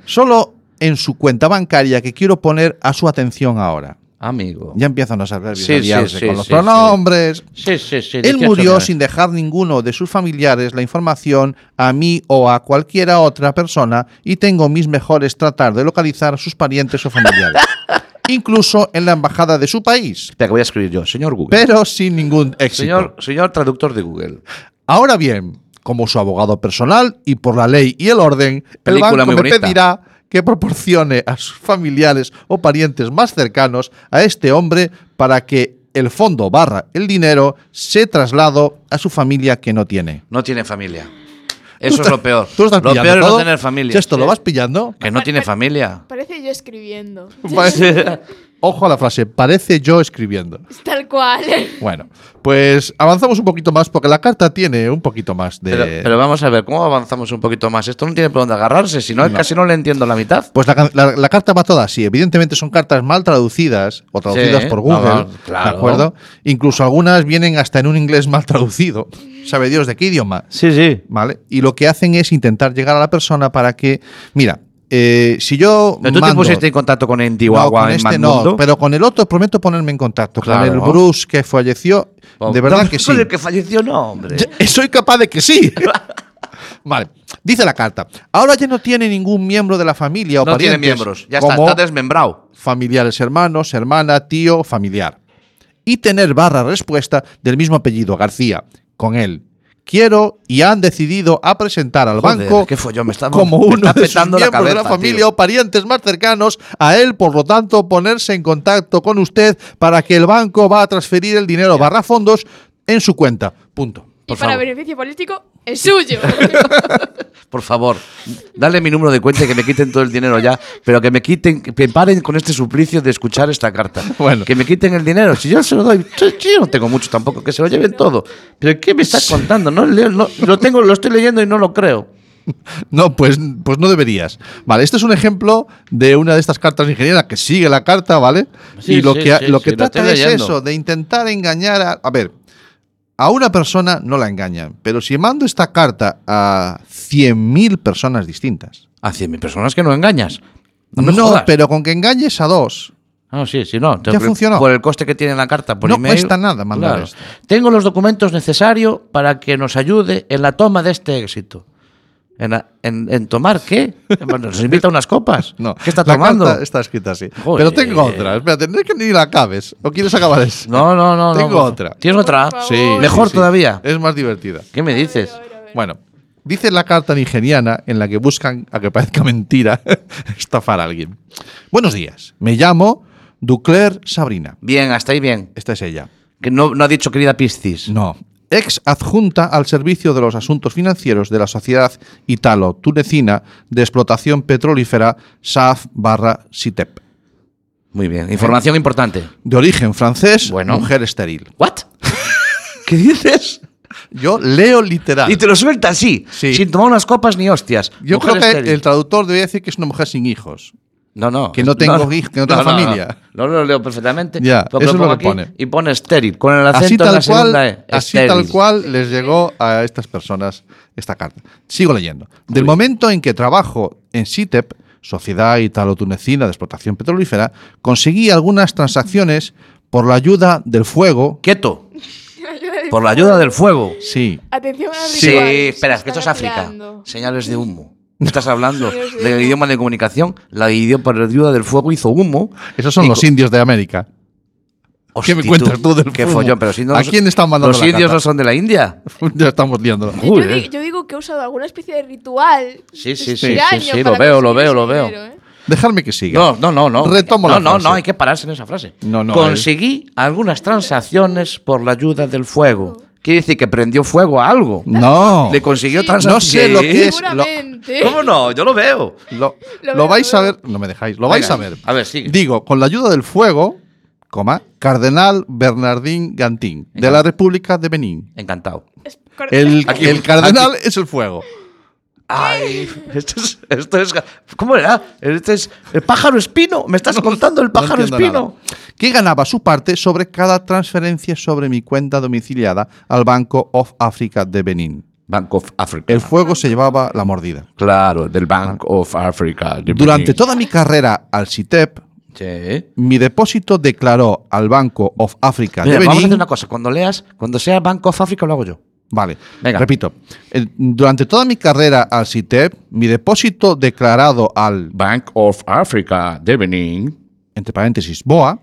[SPEAKER 3] Solo en su cuenta bancaria que quiero poner a su atención ahora.
[SPEAKER 2] Amigo.
[SPEAKER 3] Ya empiezan los adverbios
[SPEAKER 2] Sí,
[SPEAKER 3] a
[SPEAKER 2] sí,
[SPEAKER 3] liarse
[SPEAKER 2] sí,
[SPEAKER 3] con los
[SPEAKER 2] sí,
[SPEAKER 3] pronombres.
[SPEAKER 2] Sí, sí, sí.
[SPEAKER 3] Él
[SPEAKER 2] 18
[SPEAKER 3] murió
[SPEAKER 2] millones.
[SPEAKER 3] sin dejar ninguno de sus familiares la información a mí o a cualquiera otra persona y tengo mis mejores tratar de localizar a sus parientes o familiares,
[SPEAKER 2] *laughs*
[SPEAKER 3] incluso en la embajada de su país,
[SPEAKER 2] Espera, que voy a escribir yo. Señor Google.
[SPEAKER 3] pero sin ningún éxito.
[SPEAKER 2] señor, señor traductor de Google.
[SPEAKER 3] Ahora bien, como su abogado personal y por la ley y el orden, el
[SPEAKER 2] Película
[SPEAKER 3] banco
[SPEAKER 2] muy
[SPEAKER 3] me
[SPEAKER 2] bonita.
[SPEAKER 3] pedirá que proporcione a sus familiares o parientes más cercanos a este hombre para que el fondo barra el dinero se traslado a su familia que no tiene.
[SPEAKER 2] No tiene familia. Eso es lo peor.
[SPEAKER 3] ¿Tú estás
[SPEAKER 2] lo
[SPEAKER 3] pillando
[SPEAKER 2] peor es no
[SPEAKER 3] todo?
[SPEAKER 2] tener familia.
[SPEAKER 3] ¿Y ¿Esto lo
[SPEAKER 2] Sí.
[SPEAKER 3] vas pillando?
[SPEAKER 2] Que no tiene familia.
[SPEAKER 4] Parece yo escribiendo.
[SPEAKER 3] Vale. Ojo a la frase, parece yo escribiendo.
[SPEAKER 4] *laughs* Tal cual.
[SPEAKER 3] Bueno, pues avanzamos un poquito más porque la carta tiene un poquito más de...
[SPEAKER 2] Pero, pero vamos a ver, ¿cómo avanzamos un poquito más? Esto no tiene por dónde agarrarse, si no, casi no le entiendo la mitad.
[SPEAKER 3] Pues la, can- la- la carta va toda así. Evidentemente son cartas mal traducidas o traducidas
[SPEAKER 2] Sí,
[SPEAKER 3] por Google.
[SPEAKER 2] vamos, claro.
[SPEAKER 3] ¿De acuerdo? Incluso algunas vienen hasta en un inglés mal traducido. Sabe Dios de qué idioma.
[SPEAKER 2] Sí, sí.
[SPEAKER 3] ¿Vale? Y lo que hacen es intentar llegar a la persona para que. Mira, eh, si yo.
[SPEAKER 2] Pero tú te
[SPEAKER 3] mando-
[SPEAKER 2] pusiste en contacto con
[SPEAKER 3] no,
[SPEAKER 2] Entihuahua
[SPEAKER 3] con
[SPEAKER 2] en
[SPEAKER 3] este
[SPEAKER 2] Manmundo.
[SPEAKER 3] no, pero con el otro prometo ponerme en contacto.
[SPEAKER 2] Claro.
[SPEAKER 3] Con el Bruce que falleció,
[SPEAKER 2] Oh.
[SPEAKER 3] de verdad
[SPEAKER 2] *laughs*
[SPEAKER 3] que sí.
[SPEAKER 2] Con el que falleció, no, hombre.
[SPEAKER 3] Ya- eh, Soy capaz de
[SPEAKER 2] *laughs*
[SPEAKER 3] que sí. vale. Dice la carta. Ahora ya no tiene ningún miembro de la familia o
[SPEAKER 2] No tiene
[SPEAKER 3] parientes.
[SPEAKER 2] miembros. Ya está,
[SPEAKER 3] como
[SPEAKER 2] está desmembrado.
[SPEAKER 3] Familiares, hermanos, hermana, tío, familiar. Y tener barra respuesta del mismo apellido, García, con él. Quiero y han decidido a presentar al
[SPEAKER 2] Joder,
[SPEAKER 3] banco
[SPEAKER 2] qué follón, me está-
[SPEAKER 3] como
[SPEAKER 2] me
[SPEAKER 3] uno
[SPEAKER 2] está
[SPEAKER 3] de sus
[SPEAKER 2] petando la
[SPEAKER 3] miembros de la
[SPEAKER 2] cabeza,
[SPEAKER 3] familia
[SPEAKER 2] tío.
[SPEAKER 3] o parientes más cercanos a él, por lo tanto, ponerse en contacto con usted para que el banco va a transferir el dinero barra fondos en su cuenta. Punto.
[SPEAKER 4] y para beneficio político, es suyo. *laughs*
[SPEAKER 2] Por favor, dale mi número de cuenta y que me quiten todo el dinero ya, pero que me quiten, que paren con este suplicio de escuchar esta carta.
[SPEAKER 3] Bueno.
[SPEAKER 2] Que me quiten el dinero. Si yo se lo doy, yo yo no tengo mucho tampoco, que se lo lleven todo. Pero ¿qué me estás contando? No, leo- no- lo tengo, lo estoy leyendo y no lo creo.
[SPEAKER 3] No, pues, pues no deberías. Vale, este es un ejemplo de una de estas cartas ingenieras que sigue la carta, ¿vale?
[SPEAKER 9] Sí,
[SPEAKER 3] y lo
[SPEAKER 9] sí,
[SPEAKER 3] que,
[SPEAKER 9] sí,
[SPEAKER 3] lo
[SPEAKER 9] sí,
[SPEAKER 3] que
[SPEAKER 9] lo
[SPEAKER 3] trata
[SPEAKER 9] estoy
[SPEAKER 3] es
[SPEAKER 9] leyendo.
[SPEAKER 3] eso, de intentar engañar a... A ver, a una persona no la engañan, pero si mando esta carta a 100.000 personas distintas...
[SPEAKER 2] A 100.000 personas que no engañas. No,
[SPEAKER 3] No,
[SPEAKER 2] me jodas.
[SPEAKER 3] pero con que engañes a dos...
[SPEAKER 2] Ah, sí, sí, no.
[SPEAKER 3] Ya funcionó.
[SPEAKER 2] Por el coste que tiene la carta, por
[SPEAKER 3] No
[SPEAKER 2] email.
[SPEAKER 3] cuesta nada mandar esto.
[SPEAKER 2] Tengo los documentos necesarios para que nos ayude en la toma de este éxito. ¿En, a- en- en tomar qué? Bueno, ¿Nos invita a unas copas?
[SPEAKER 3] *laughs* No,
[SPEAKER 2] ¿Qué está
[SPEAKER 3] la
[SPEAKER 2] tomando?
[SPEAKER 3] carta está escrita así.
[SPEAKER 2] Joder.
[SPEAKER 3] Pero tengo otra. Espera, tendré que ni la acabes. ¿O quieres acabar esa?
[SPEAKER 2] No, no, no. no,
[SPEAKER 3] Tengo
[SPEAKER 2] por-
[SPEAKER 3] otra.
[SPEAKER 2] ¿Tienes otra?
[SPEAKER 3] Sí.
[SPEAKER 2] Mejor
[SPEAKER 3] sí, sí.
[SPEAKER 2] todavía.
[SPEAKER 3] Es más divertida.
[SPEAKER 2] ¿Qué me dices?
[SPEAKER 3] Bueno, dice la carta nigeriana en la que buscan, a que parezca *laughs* mentira, estafar a alguien. Buenos días, me llamo Ducler Sabrina.
[SPEAKER 2] Bien, hasta ahí bien.
[SPEAKER 3] Esta es ella.
[SPEAKER 2] Que no, no ha dicho querida Piscis.
[SPEAKER 3] No. Ex adjunta al servicio de los asuntos financieros de la sociedad italo-tunecina de explotación petrolífera SAF barra SITEP.
[SPEAKER 2] Muy bien. Información importante.
[SPEAKER 3] De origen francés,
[SPEAKER 2] Bueno.
[SPEAKER 3] mujer estéril. *laughs*
[SPEAKER 2] ¿What? ¿Qué dices?
[SPEAKER 3] Yo leo literal.
[SPEAKER 2] Y te lo suelta así,
[SPEAKER 3] Sí.
[SPEAKER 2] sin tomar unas copas ni hostias.
[SPEAKER 3] Yo
[SPEAKER 2] Mujer
[SPEAKER 3] creo que
[SPEAKER 2] estéril.
[SPEAKER 3] el traductor debería decir que es una mujer sin hijos.
[SPEAKER 2] No, *laughs* no.
[SPEAKER 3] Que no tengo hij- que no tengo familia.
[SPEAKER 2] No, no, lo leo perfectamente.
[SPEAKER 3] Ya,
[SPEAKER 2] Porque
[SPEAKER 3] eso es lo
[SPEAKER 2] pongo
[SPEAKER 3] que
[SPEAKER 2] aquí
[SPEAKER 3] pone.
[SPEAKER 2] Y pone estéril, con el acento
[SPEAKER 3] así
[SPEAKER 2] en la
[SPEAKER 3] tal cual,
[SPEAKER 2] segunda E.
[SPEAKER 3] así
[SPEAKER 2] Estéril.
[SPEAKER 3] tal cual les llegó a estas personas esta carta. Sigo leyendo. Del momento en que trabajo en SITEP, E Sociedad Italo-Tunecina de Explotación Petrolífera, conseguí algunas transacciones por la ayuda del fuego.
[SPEAKER 2] Quieto. Por la ayuda del fuego.
[SPEAKER 3] Sí.
[SPEAKER 4] Atención a
[SPEAKER 2] Sí, espera, es que esto es África. Señales de
[SPEAKER 3] *laughs*
[SPEAKER 2] humo. Estás hablando
[SPEAKER 4] Señales de
[SPEAKER 2] del
[SPEAKER 4] humo.
[SPEAKER 2] idioma de comunicación. La idioma la ayuda del fuego hizo humo.
[SPEAKER 3] Esos son
[SPEAKER 2] Y
[SPEAKER 3] los
[SPEAKER 2] co-
[SPEAKER 3] indios de América. *laughs* ¿Qué
[SPEAKER 2] Hostia,
[SPEAKER 3] me cuentas tú del
[SPEAKER 2] Qué
[SPEAKER 3] fuego?
[SPEAKER 2] follón, pero si no-
[SPEAKER 3] ¿A quién están mandando
[SPEAKER 2] Los
[SPEAKER 3] la
[SPEAKER 2] indios
[SPEAKER 3] carta?
[SPEAKER 2] no son de la India.
[SPEAKER 3] ya estamos liándolo.
[SPEAKER 4] Yo,
[SPEAKER 2] Joder.
[SPEAKER 4] di- yo digo que he usado alguna especie de ritual.
[SPEAKER 2] Sí, sí, sí, sí,
[SPEAKER 4] extraño
[SPEAKER 2] sí, lo
[SPEAKER 4] para
[SPEAKER 2] veo, lo
[SPEAKER 4] conseguir
[SPEAKER 2] veo,
[SPEAKER 4] ese
[SPEAKER 2] lo veo.
[SPEAKER 4] dinero, ¿eh?
[SPEAKER 3] Dejarme que siga.
[SPEAKER 2] No, no, no, no.
[SPEAKER 3] Retomo
[SPEAKER 2] no,
[SPEAKER 3] la
[SPEAKER 2] no,
[SPEAKER 3] frase.
[SPEAKER 2] no, hay que pararse en esa frase.
[SPEAKER 3] No, eh. no,
[SPEAKER 2] Conseguí algunas transacciones por la ayuda del fuego. Quiere decir que prendió fuego a algo.
[SPEAKER 3] No.
[SPEAKER 2] Le consiguió
[SPEAKER 3] No
[SPEAKER 2] transacciones.
[SPEAKER 3] sé lo que es. Lo,
[SPEAKER 4] Seguramente.
[SPEAKER 2] ¿Cómo no? Yo lo veo.
[SPEAKER 3] lo-
[SPEAKER 4] Lo
[SPEAKER 3] lo
[SPEAKER 4] veo,
[SPEAKER 3] vais
[SPEAKER 4] lo
[SPEAKER 3] a
[SPEAKER 4] veo.
[SPEAKER 3] ver. No me dejáis. Lo vais
[SPEAKER 2] Venga,
[SPEAKER 3] a ver.
[SPEAKER 2] A ver, sigue.
[SPEAKER 3] Digo, con la ayuda del fuego, coma, Cardenal Bernardín Gantín, de la República de Benín.
[SPEAKER 2] Encantado.
[SPEAKER 4] Es cor- *laughs*
[SPEAKER 3] *laughs* El,
[SPEAKER 2] Aquí,
[SPEAKER 3] el cardenal es el fuego.
[SPEAKER 2] Ay, esto es, esto es. ¿Cómo era? Este es. ¿El pájaro espino? ¿Me estás contando el
[SPEAKER 3] No
[SPEAKER 2] pájaro
[SPEAKER 3] entiendo
[SPEAKER 2] espino?
[SPEAKER 3] nada. Que ganaba su parte sobre cada transferencia sobre mi cuenta domiciliada al Banco of Africa de Benín.
[SPEAKER 2] Bank of Africa.
[SPEAKER 3] El fuego se llevaba la mordida.
[SPEAKER 2] Claro, del Bank of Africa. de
[SPEAKER 3] Durante
[SPEAKER 2] Benin.
[SPEAKER 3] toda mi carrera al CITEP,
[SPEAKER 2] Sí.
[SPEAKER 3] E mi depósito declaró al Banco of Africa
[SPEAKER 2] Mira,
[SPEAKER 3] de
[SPEAKER 2] vamos a hacer
[SPEAKER 3] Benín
[SPEAKER 2] una cosa. Cuando leas, cuando sea Bank of Africa, lo hago yo.
[SPEAKER 3] Vale,
[SPEAKER 2] Venga.
[SPEAKER 3] repito. Eh, Durante toda mi carrera al CITEP, E mi depósito declarado al,
[SPEAKER 2] Bank of Africa de Benin,
[SPEAKER 3] entre paréntesis, BOA,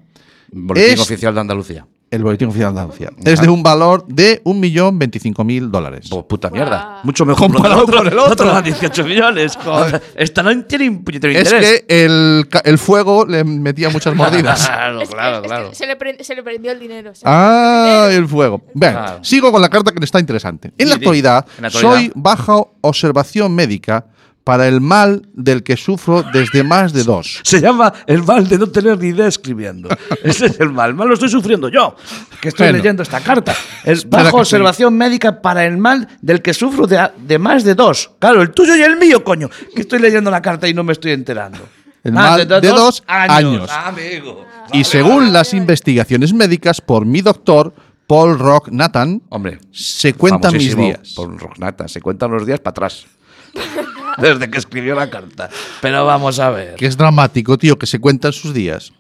[SPEAKER 2] Boletín
[SPEAKER 3] Es-
[SPEAKER 2] Oficial de Andalucía.
[SPEAKER 3] el Boletín Oficial de Andalucía, es de un valor de 1.025.000 dólares.
[SPEAKER 2] Oh, puta
[SPEAKER 4] Guau.
[SPEAKER 2] mierda. Mucho mejor
[SPEAKER 3] Comparado con el otro.
[SPEAKER 2] da 18 *laughs* millones. Esta no tiene un puñetero
[SPEAKER 3] Es
[SPEAKER 2] interés.
[SPEAKER 3] que el, ca- el fuego le metía
[SPEAKER 2] *laughs*
[SPEAKER 3] muchas mordidas.
[SPEAKER 2] Claro,
[SPEAKER 4] Es que-
[SPEAKER 2] claro,
[SPEAKER 4] es que
[SPEAKER 2] claro.
[SPEAKER 4] Este, se, le pre- se le prendió el dinero. se le
[SPEAKER 3] Ah, el fuego. Bien,
[SPEAKER 2] Claro.
[SPEAKER 3] sigo con la carta que está interesante. En la
[SPEAKER 2] Sí, sí.
[SPEAKER 3] actualidad,
[SPEAKER 2] En la actualidad.
[SPEAKER 3] soy bajo observación médica para el mal del que sufro desde más de dos.
[SPEAKER 2] Se llama el mal de no tener ni idea *laughs* escribiendo. Ese es el mal. El mal lo estoy sufriendo yo, que estoy
[SPEAKER 3] Bueno.
[SPEAKER 2] leyendo esta carta. Es
[SPEAKER 3] Espera
[SPEAKER 2] bajo
[SPEAKER 3] que estoy-
[SPEAKER 2] observación médica para el mal del que sufro de, a- de más de dos. Claro, el tuyo y el mío, coño. Que estoy leyendo la carta y no me estoy enterando.
[SPEAKER 3] El
[SPEAKER 2] Más
[SPEAKER 3] mal de dos años.
[SPEAKER 2] Amigo.
[SPEAKER 3] Y según las investigaciones médicas por mi doctor, Paul Rock Nathan, se cuentan mis
[SPEAKER 2] Famosísimo
[SPEAKER 3] días.
[SPEAKER 2] Por Rognata. Se cuentan los días para atrás. *laughs* Desde que escribió la carta. Pero vamos a ver.
[SPEAKER 3] Que es dramático, tío, que se cuentan sus días.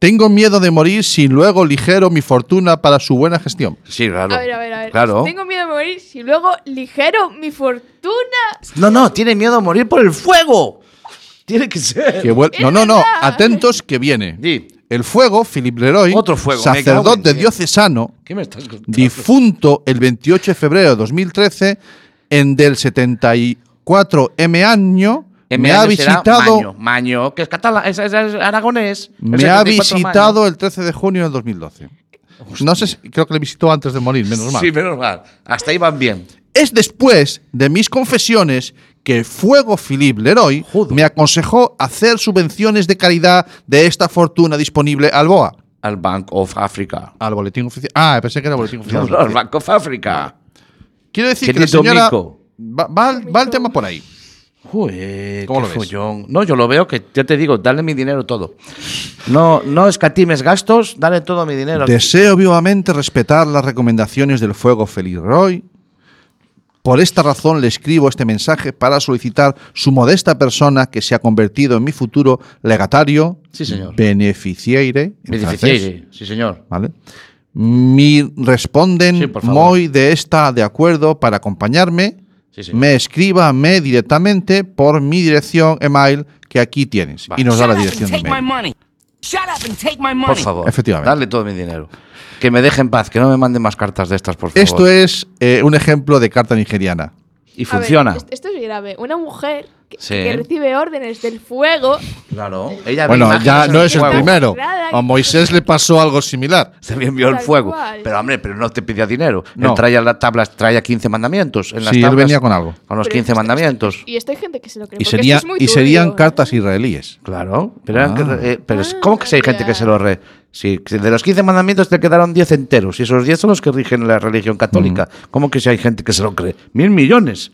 [SPEAKER 3] Tengo miedo de morir si luego ligero mi fortuna para su buena gestión.
[SPEAKER 2] Sí, claro.
[SPEAKER 4] A ver, a ver, a ver.
[SPEAKER 3] Claro.
[SPEAKER 4] Tengo miedo de morir si luego ligero mi fortuna.
[SPEAKER 2] No, no, tiene miedo a morir por el fuego. Tiene que ser.
[SPEAKER 3] Que vuel- no, no, no, atentos que viene. El fuego, Philip Leroy,
[SPEAKER 2] fuego, me cago en
[SPEAKER 3] sacerdote
[SPEAKER 2] diez.
[SPEAKER 3] diocesano,
[SPEAKER 2] ¿Qué me estás contando?
[SPEAKER 3] difunto el 28 de febrero de 2013, en del 74 M año, me
[SPEAKER 2] año
[SPEAKER 3] ha
[SPEAKER 2] será
[SPEAKER 3] visitado,
[SPEAKER 2] Maño, Maño, que es catalán, es, es- es aragonés. El
[SPEAKER 3] me ha
[SPEAKER 2] 74 Maño.
[SPEAKER 3] visitado el 13 de junio del 2012. No sé, si- creo que le visitó antes de morir, menos mal.
[SPEAKER 2] Sí, menos mal. Hasta ahí van bien.
[SPEAKER 3] Es después de mis confesiones que Fuego Philippe Leroy me aconsejó hacer subvenciones de caridad de esta fortuna disponible al BOA.
[SPEAKER 2] Al Bank of Africa.
[SPEAKER 3] Al boletín oficial. Ah, pensé que era boletín
[SPEAKER 2] No,
[SPEAKER 3] oficial.
[SPEAKER 2] no, el Banco de África.
[SPEAKER 3] Quiero decir que la
[SPEAKER 2] Querido
[SPEAKER 3] señora
[SPEAKER 2] Mico.
[SPEAKER 3] va, va al- va el tema por ahí.
[SPEAKER 2] Joder,
[SPEAKER 3] ¿Cómo
[SPEAKER 2] qué
[SPEAKER 3] lo ves?
[SPEAKER 2] follón. No, yo lo veo que yo te digo, dale mi dinero todo. No, no escatimes gastos, dale todo mi dinero.
[SPEAKER 3] Deseo vivamente respetar las recomendaciones del fuego Feliz Roy. Por esta razón le escribo este mensaje para solicitar su modesta persona que se ha convertido en mi futuro legatario,
[SPEAKER 2] Sí, señor.
[SPEAKER 3] beneficiaire, en francés,
[SPEAKER 2] Beneficiaire, sí, señor.
[SPEAKER 3] ¿vale? Me responden
[SPEAKER 2] por favor.
[SPEAKER 3] muy de esta de acuerdo para acompañarme.
[SPEAKER 2] Sí, señor.
[SPEAKER 3] me escríbame directamente por mi dirección email que aquí tienes. Y nos da la dirección de email.
[SPEAKER 2] Por favor.
[SPEAKER 3] Efectivamente.
[SPEAKER 2] Dale todo mi dinero. Que me deje en paz, que no me manden más cartas de estas, por favor.
[SPEAKER 3] Esto es eh, un ejemplo de carta
[SPEAKER 2] Y
[SPEAKER 3] nigeriana.
[SPEAKER 4] A ver, este-
[SPEAKER 2] funciona.
[SPEAKER 4] es- esto es grave. Una mujer que,
[SPEAKER 3] Sí.
[SPEAKER 4] que recibe órdenes del fuego.
[SPEAKER 2] Claro. Ella ve
[SPEAKER 3] Bueno,
[SPEAKER 2] imágenes
[SPEAKER 3] ya
[SPEAKER 2] en
[SPEAKER 3] no es el
[SPEAKER 2] fuego.
[SPEAKER 3] primero.
[SPEAKER 4] Nada,
[SPEAKER 3] A Moisés le pasó algo similar.
[SPEAKER 2] Se le envió el
[SPEAKER 4] Tal
[SPEAKER 2] fuego.
[SPEAKER 4] cual.
[SPEAKER 2] Pero, hombre, pero no te pidía dinero.
[SPEAKER 3] No.
[SPEAKER 2] Él traía las tablas, traía 15 mandamientos. En las
[SPEAKER 3] Sí, él
[SPEAKER 2] tablas,
[SPEAKER 3] venía con algo.
[SPEAKER 2] Con los
[SPEAKER 4] Pero
[SPEAKER 2] 15 mandamientos.
[SPEAKER 4] Y esto hay gente que se lo cree.
[SPEAKER 3] Y,
[SPEAKER 4] porque
[SPEAKER 3] sería-
[SPEAKER 4] esto es muy
[SPEAKER 3] y serían
[SPEAKER 4] turbio, ¿eh?
[SPEAKER 3] cartas israelíes.
[SPEAKER 2] Claro. Pero, eran
[SPEAKER 3] Ah.
[SPEAKER 2] que- eh, pero es- ¿cómo que si hay gente que se lo re.? Sí, que de los 15 mandamientos te quedaron 10 enteros. Y esos 10 son los que rigen la religión católica.
[SPEAKER 3] Mm.
[SPEAKER 2] ¿Cómo que si hay gente que se lo cree? Mil millones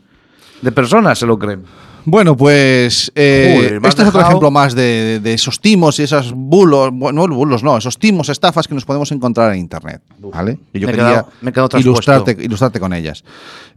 [SPEAKER 2] de personas se lo creen.
[SPEAKER 3] Bueno, pues eh,
[SPEAKER 2] Joder, me has
[SPEAKER 3] este es otro
[SPEAKER 2] dejado.
[SPEAKER 3] ejemplo más de, de esos timos y esas bulos, bueno, no bulos no, esos timos, estafas que nos podemos encontrar en internet, ¿vale? Y yo
[SPEAKER 2] Me he
[SPEAKER 3] quería
[SPEAKER 2] quedado- me he quedado traspuesto.
[SPEAKER 3] ilustrarte, ilustrarte con ellas.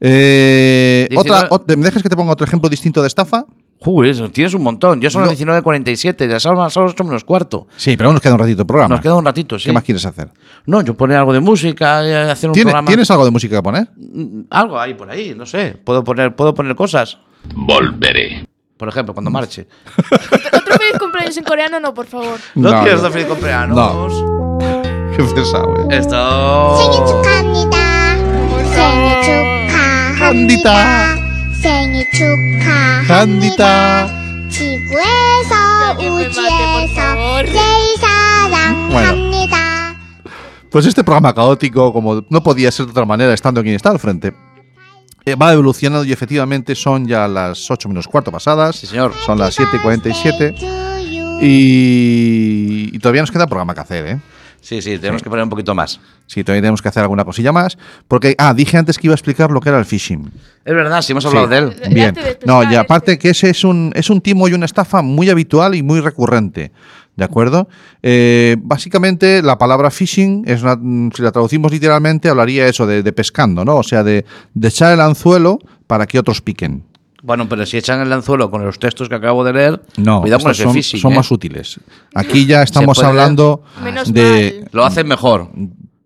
[SPEAKER 3] Eh,
[SPEAKER 2] Diecinueve-
[SPEAKER 3] otra, ot- ¿Me dejas que te ponga otro ejemplo distinto de estafa?
[SPEAKER 2] Joder, eso, tienes un montón. Yo son
[SPEAKER 3] No.
[SPEAKER 2] las 19.47, ya son las 8 menos cuarto.
[SPEAKER 3] Sí, pero aún nos queda un ratito de programa.
[SPEAKER 2] Nos queda un ratito, sí.
[SPEAKER 3] Ah, ¿Qué más quieres hacer?
[SPEAKER 2] No, yo poner algo de música, eh, hacer un
[SPEAKER 3] ¿Tiene-
[SPEAKER 2] programa.
[SPEAKER 3] ¿Tienes algo de música que poner?
[SPEAKER 2] Mm, Algo ahí por ahí, no sé. Puedo poner, puedo poner cosas. Volveré. Por ejemplo, cuando marche.
[SPEAKER 4] Otro feliz cumpleaños en coreano, no, por favor.
[SPEAKER 2] No, quieres no. feliz cumpleaños.
[SPEAKER 3] Qué pesado, eh.
[SPEAKER 2] Esto.
[SPEAKER 5] 생일 축하합니다. 생일 축하합니다. 지구에서 우주에서 제일 사랑합니다.
[SPEAKER 3] Pues este programa caótico, como no podía ser de otra manera estando quien está al frente, eh, va evolucionando y efectivamente son ya las 8 menos cuarto pasadas.
[SPEAKER 2] señor.
[SPEAKER 3] Son las 7 y 47. Y, y todavía nos queda programa que hacer, ¿eh?
[SPEAKER 2] Sí, sí, tenemos que poner un poquito más.
[SPEAKER 3] Sí, todavía tenemos que hacer alguna cosilla más. Porque, ah, dije antes que iba a explicar lo que era el phishing.
[SPEAKER 2] Es verdad, sí hemos
[SPEAKER 3] Sí,
[SPEAKER 2] hablado de él.
[SPEAKER 4] Eh,
[SPEAKER 3] Bien. No,
[SPEAKER 4] este.
[SPEAKER 3] y aparte que ese es un, es un timo y una estafa muy habitual y muy recurrente. ¿De acuerdo? Eh, básicamente, la palabra phishing, es una- mm, si la traducimos literalmente, hablaría eso de, de pescando, ¿no? O sea, de, de echar el anzuelo para que otros piquen.
[SPEAKER 2] Bueno, pero si echan el anzuelo con los textos que acabo de leer,
[SPEAKER 3] No,
[SPEAKER 2] cuidado con
[SPEAKER 3] estas
[SPEAKER 2] ese
[SPEAKER 3] son,
[SPEAKER 2] phishing,
[SPEAKER 3] son
[SPEAKER 2] ¿eh?
[SPEAKER 3] más útiles. Aquí ya estamos
[SPEAKER 2] puede leer.
[SPEAKER 3] hablando
[SPEAKER 4] Menos
[SPEAKER 3] de
[SPEAKER 2] Lo hacen mejor.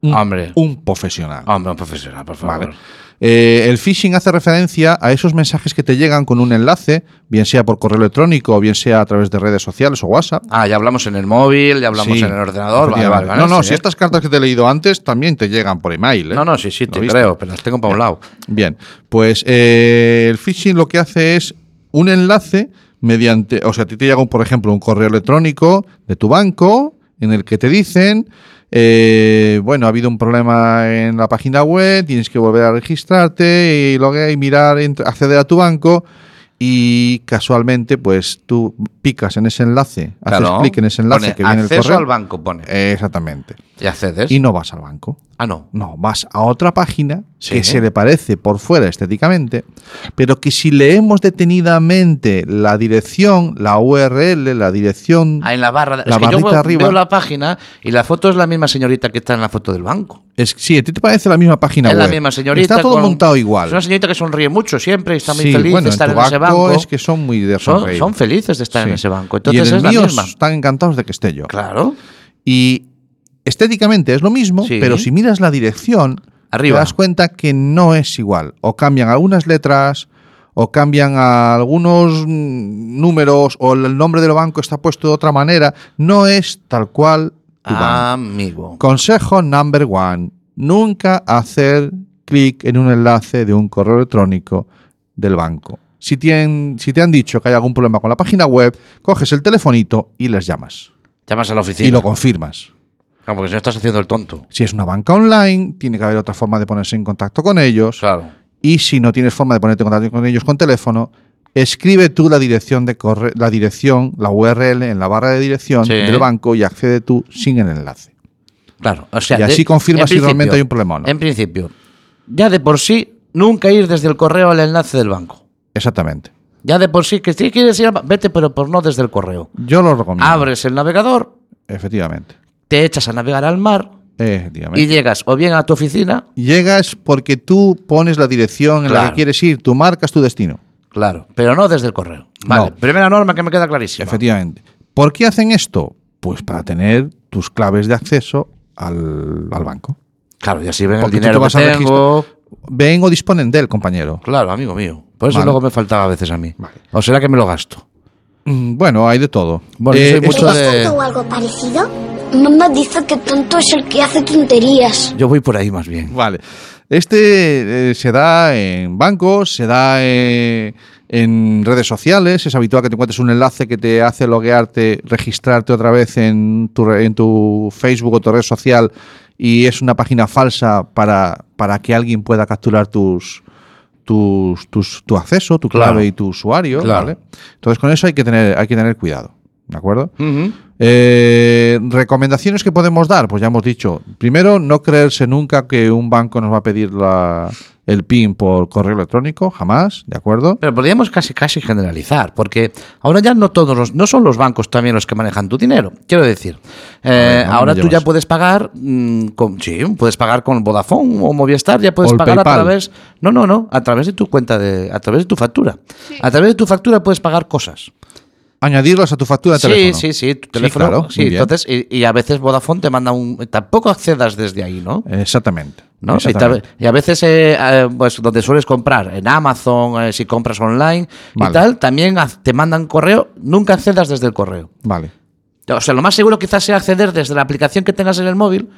[SPEAKER 3] un,
[SPEAKER 2] Hombre.
[SPEAKER 3] un profesional.
[SPEAKER 2] Hombre, un profesional, Ah, por favor.
[SPEAKER 3] Mm. Vale. Eh, el phishing hace referencia a esos mensajes que te llegan con un enlace, bien sea por correo electrónico o bien sea a través de redes sociales o WhatsApp.
[SPEAKER 2] Ah, ya hablamos en el móvil, ya hablamos
[SPEAKER 3] Sí,
[SPEAKER 2] en el ordenador. Vale,
[SPEAKER 3] efectivamente.
[SPEAKER 2] vale, vale,
[SPEAKER 3] no, no,
[SPEAKER 2] sí,
[SPEAKER 3] si
[SPEAKER 2] ¿eh?
[SPEAKER 3] estas cartas que te he leído antes también te llegan por email. ¿eh?
[SPEAKER 2] No, no, sí, sí, te
[SPEAKER 3] viste?
[SPEAKER 2] creo, pero las tengo para un lado.
[SPEAKER 3] Bien, pues eh, el phishing lo que hace es un enlace mediante, o sea, a ti te llega, un, por ejemplo, un correo electrónico de tu banco en el que te dicen, eh, bueno, ha habido un problema en la página web, tienes que volver a registrarte y, loguear y mirar, ent- acceder a tu banco. y casualmente pues tú picas en ese enlace, haces
[SPEAKER 2] Claro.
[SPEAKER 3] clic en ese enlace
[SPEAKER 2] Pone
[SPEAKER 3] que viene el
[SPEAKER 2] acceso
[SPEAKER 3] correo.
[SPEAKER 2] al banco, pone.
[SPEAKER 3] Exactamente.
[SPEAKER 2] Y accedes.
[SPEAKER 3] Y no vas al banco.
[SPEAKER 2] Ah, no.
[SPEAKER 3] No, vas a otra página
[SPEAKER 2] Sí.
[SPEAKER 3] que se le parece por fuera estéticamente, pero que si leemos detenidamente la dirección, la URL, la dirección,
[SPEAKER 2] Ah, en la barra. de-
[SPEAKER 3] La
[SPEAKER 2] es que yo
[SPEAKER 3] barrita
[SPEAKER 2] veo,
[SPEAKER 3] arriba.
[SPEAKER 2] veo la página y la foto es la misma señorita que está en la foto del banco.
[SPEAKER 3] es, sí, a ti te parece la misma página
[SPEAKER 2] es la
[SPEAKER 3] web.
[SPEAKER 2] misma señorita.
[SPEAKER 3] Está todo
[SPEAKER 2] con-
[SPEAKER 3] montado
[SPEAKER 2] Es
[SPEAKER 3] igual.
[SPEAKER 2] una señorita que sonríe mucho siempre y está muy
[SPEAKER 3] Sí,
[SPEAKER 2] feliz
[SPEAKER 3] bueno,
[SPEAKER 2] de estar
[SPEAKER 3] en
[SPEAKER 2] en,
[SPEAKER 3] tu
[SPEAKER 2] ese
[SPEAKER 3] banco
[SPEAKER 2] banco.
[SPEAKER 3] es que son muy de
[SPEAKER 2] Son-
[SPEAKER 3] sonreír.
[SPEAKER 2] son felices de estar en ese banco.
[SPEAKER 3] y
[SPEAKER 2] Entonces
[SPEAKER 3] en el
[SPEAKER 2] es la
[SPEAKER 3] mío
[SPEAKER 2] misma.
[SPEAKER 3] están encantados de que esté yo.
[SPEAKER 2] Claro.
[SPEAKER 3] Y estéticamente es lo mismo,
[SPEAKER 2] Sí.
[SPEAKER 3] pero si miras la dirección,
[SPEAKER 2] Arriba.
[SPEAKER 3] te das cuenta que no es igual. O cambian algunas letras, o cambian a algunos mm, números, o el nombre del banco está puesto de otra manera. No es tal cual tu
[SPEAKER 2] Ah.
[SPEAKER 3] banco.
[SPEAKER 2] Amigo.
[SPEAKER 3] Consejo number one. Nunca hacer clic en un enlace de un correo electrónico del banco. Si, tienen, si te han dicho que hay algún problema con la página web, coges el telefonito y les llamas.
[SPEAKER 2] Llamas a la oficina.
[SPEAKER 3] Y lo confirmas.
[SPEAKER 2] Claro, porque si no estás haciendo el tonto.
[SPEAKER 3] Si es una banca online, tiene que haber otra forma de ponerse en contacto con ellos. Y si no tienes forma de ponerte en contacto con ellos con teléfono, escribe tú la dirección de corre- la dirección, la URL en la barra de dirección
[SPEAKER 2] Sí.
[SPEAKER 3] del banco y accede tú sin el enlace.
[SPEAKER 2] Claro. O sea,
[SPEAKER 3] Y así confirmas
[SPEAKER 2] en
[SPEAKER 3] si realmente
[SPEAKER 2] principio-
[SPEAKER 3] hay un problema o no.
[SPEAKER 2] En principio, ya de por sí, nunca ir desde el correo al enlace del banco.
[SPEAKER 3] Exactamente.
[SPEAKER 2] Ya de por sí, que si quieres ir, al ba- vete, pero por no desde el correo.
[SPEAKER 3] Yo lo recomiendo.
[SPEAKER 2] Abres el navegador,
[SPEAKER 3] Efectivamente.
[SPEAKER 2] te echas a navegar al mar
[SPEAKER 3] Efectivamente.
[SPEAKER 2] y llegas o bien a tu oficina,
[SPEAKER 3] Llegas porque tú pones la dirección en la
[SPEAKER 2] Claro.
[SPEAKER 3] que quieres ir, tú marcas tu destino.
[SPEAKER 2] claro, pero no desde el correo. Vale,
[SPEAKER 3] No.
[SPEAKER 2] primera norma que me queda clarísima.
[SPEAKER 3] Efectivamente. ¿Por qué hacen esto? Pues para tener tus claves de acceso al, al banco.
[SPEAKER 2] Claro, y así ven
[SPEAKER 3] Porque
[SPEAKER 2] el
[SPEAKER 3] tú
[SPEAKER 2] dinero
[SPEAKER 3] te vas
[SPEAKER 2] que
[SPEAKER 3] al
[SPEAKER 2] tengo.
[SPEAKER 3] Ven o disponen del compañero.
[SPEAKER 2] Claro, amigo mío. Por eso
[SPEAKER 3] Vale.
[SPEAKER 2] luego me faltaba a veces a mí. O será que me lo gasto.
[SPEAKER 3] Mm, Bueno, hay de todo. Eh,
[SPEAKER 2] Bueno, yo soy mucho
[SPEAKER 3] esto-
[SPEAKER 2] de-
[SPEAKER 5] ¿Tonto o algo parecido? Mamá dice que tonto es el que hace tonterías.
[SPEAKER 2] Yo voy por ahí más bien.
[SPEAKER 3] Vale. Este eh, se da en bancos, se da eh, en redes sociales. Es habitual que te encuentres un enlace que te hace loguearte, registrarte otra vez en tu, re- en tu Facebook o tu red social y es una página falsa para, para que alguien pueda capturar tus, tus, tus- tu acceso, tu clave
[SPEAKER 2] Claro.
[SPEAKER 3] y tu usuario.
[SPEAKER 2] Claro.
[SPEAKER 3] ¿vale? Entonces con eso hay que tener, hay que tener cuidado. ¿De acuerdo? Eh, recomendaciones que podemos dar, pues ya hemos dicho. Primero, no creerse nunca que un banco nos va a pedir la- el PIN por correo electrónico, jamás, ¿de acuerdo?
[SPEAKER 2] Pero podríamos casi casi generalizar, porque ahora ya no todos los, no son los bancos también los que manejan tu dinero. Quiero decir, eh,
[SPEAKER 3] ver, no me
[SPEAKER 2] ahora tú ya
[SPEAKER 3] llevas.
[SPEAKER 2] puedes pagar mm, con sí, puedes pagar con Vodafone o Movistar, ya puedes
[SPEAKER 3] O el
[SPEAKER 2] pagar
[SPEAKER 3] PayPal.
[SPEAKER 2] a través, no, no, no, a través de tu cuenta de, a través de tu factura. A través de tu factura puedes pagar cosas.
[SPEAKER 3] Añadirlos a tu factura de
[SPEAKER 2] Sí,
[SPEAKER 3] teléfono.
[SPEAKER 2] sí, sí, tu teléfono.
[SPEAKER 3] claro,
[SPEAKER 2] sí,
[SPEAKER 3] muy bien.
[SPEAKER 2] entonces, y, y a veces Vodafone te manda un. Tampoco accedas desde ahí, ¿no?
[SPEAKER 3] Exactamente.
[SPEAKER 2] ¿no? Y, tal vez-
[SPEAKER 3] exactamente.
[SPEAKER 2] y a veces, eh, eh, pues donde sueles comprar, en Amazon, eh, si compras online
[SPEAKER 3] Vale.
[SPEAKER 2] y tal, también haz- te mandan correo, nunca accedas desde el correo.
[SPEAKER 3] Vale.
[SPEAKER 2] O sea, lo más seguro quizás sea acceder desde la aplicación que tengas en el móvil,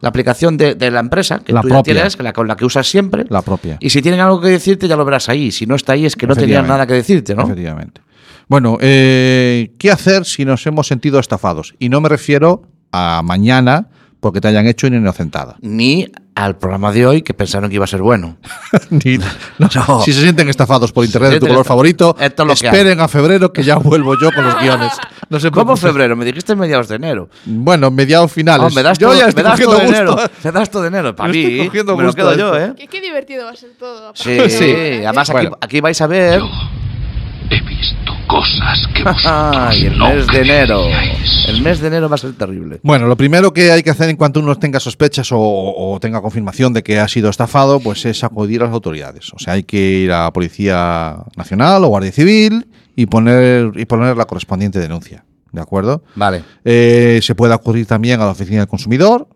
[SPEAKER 2] la aplicación de, de la empresa que
[SPEAKER 3] La
[SPEAKER 2] tú ya
[SPEAKER 3] propia.
[SPEAKER 2] tienes, que la, con la que usas siempre.
[SPEAKER 3] La propia.
[SPEAKER 2] Y si tienen algo que decirte, ya lo verás ahí. Si no está ahí, es que no tenían
[SPEAKER 3] Efectivamente.
[SPEAKER 2] nada que decirte, ¿no?
[SPEAKER 3] Efectivamente. Bueno, eh, ¿qué hacer si nos hemos sentido estafados? Y no me refiero a mañana porque te hayan hecho una inocentada.
[SPEAKER 2] Ni al programa de hoy que pensaron que iba a ser bueno.
[SPEAKER 3] Ni- no,
[SPEAKER 2] *laughs* No.
[SPEAKER 3] Si se sienten estafados por internet de tu
[SPEAKER 2] sienten
[SPEAKER 3] color
[SPEAKER 2] esta-
[SPEAKER 3] favorito,
[SPEAKER 2] esto es lo que hay.
[SPEAKER 3] esperen a febrero que ya vuelvo yo *laughs* con los
[SPEAKER 2] *laughs*
[SPEAKER 3] guiones. No sé
[SPEAKER 2] ¿Cómo febrero? Me dijiste mediados de enero.
[SPEAKER 3] Bueno, mediados finales.
[SPEAKER 2] Oh, me das
[SPEAKER 3] yo
[SPEAKER 2] todo,
[SPEAKER 3] ya
[SPEAKER 2] me
[SPEAKER 3] estoy
[SPEAKER 2] das
[SPEAKER 3] cogiendo
[SPEAKER 2] todo
[SPEAKER 3] gusto.
[SPEAKER 2] enero. Me das todo enero. Para
[SPEAKER 3] Yo
[SPEAKER 2] mí, ¿eh?
[SPEAKER 3] estoy cogiendo
[SPEAKER 2] me lo
[SPEAKER 3] gusto
[SPEAKER 2] quedo
[SPEAKER 3] de
[SPEAKER 2] yo,
[SPEAKER 3] esto.
[SPEAKER 2] ¿eh?
[SPEAKER 4] Qué, qué divertido va a ser todo.
[SPEAKER 2] Sí,
[SPEAKER 3] *laughs* Sí.
[SPEAKER 2] además aquí,
[SPEAKER 3] Bueno.
[SPEAKER 2] aquí vais a ver.
[SPEAKER 6] Cosas
[SPEAKER 2] *laughs*
[SPEAKER 6] que
[SPEAKER 2] Ay, el
[SPEAKER 6] no
[SPEAKER 2] mes de enero. El mes de enero va a ser terrible.
[SPEAKER 3] Bueno, lo primero que hay que hacer en cuanto uno tenga sospechas o, o tenga confirmación de que ha sido estafado, pues es acudir a las autoridades. O sea, hay que ir a Policía Nacional o Guardia Civil y poner, y poner la correspondiente denuncia. ¿De acuerdo?
[SPEAKER 2] Vale.
[SPEAKER 3] Eh, se puede acudir también a la Oficina del Consumidor.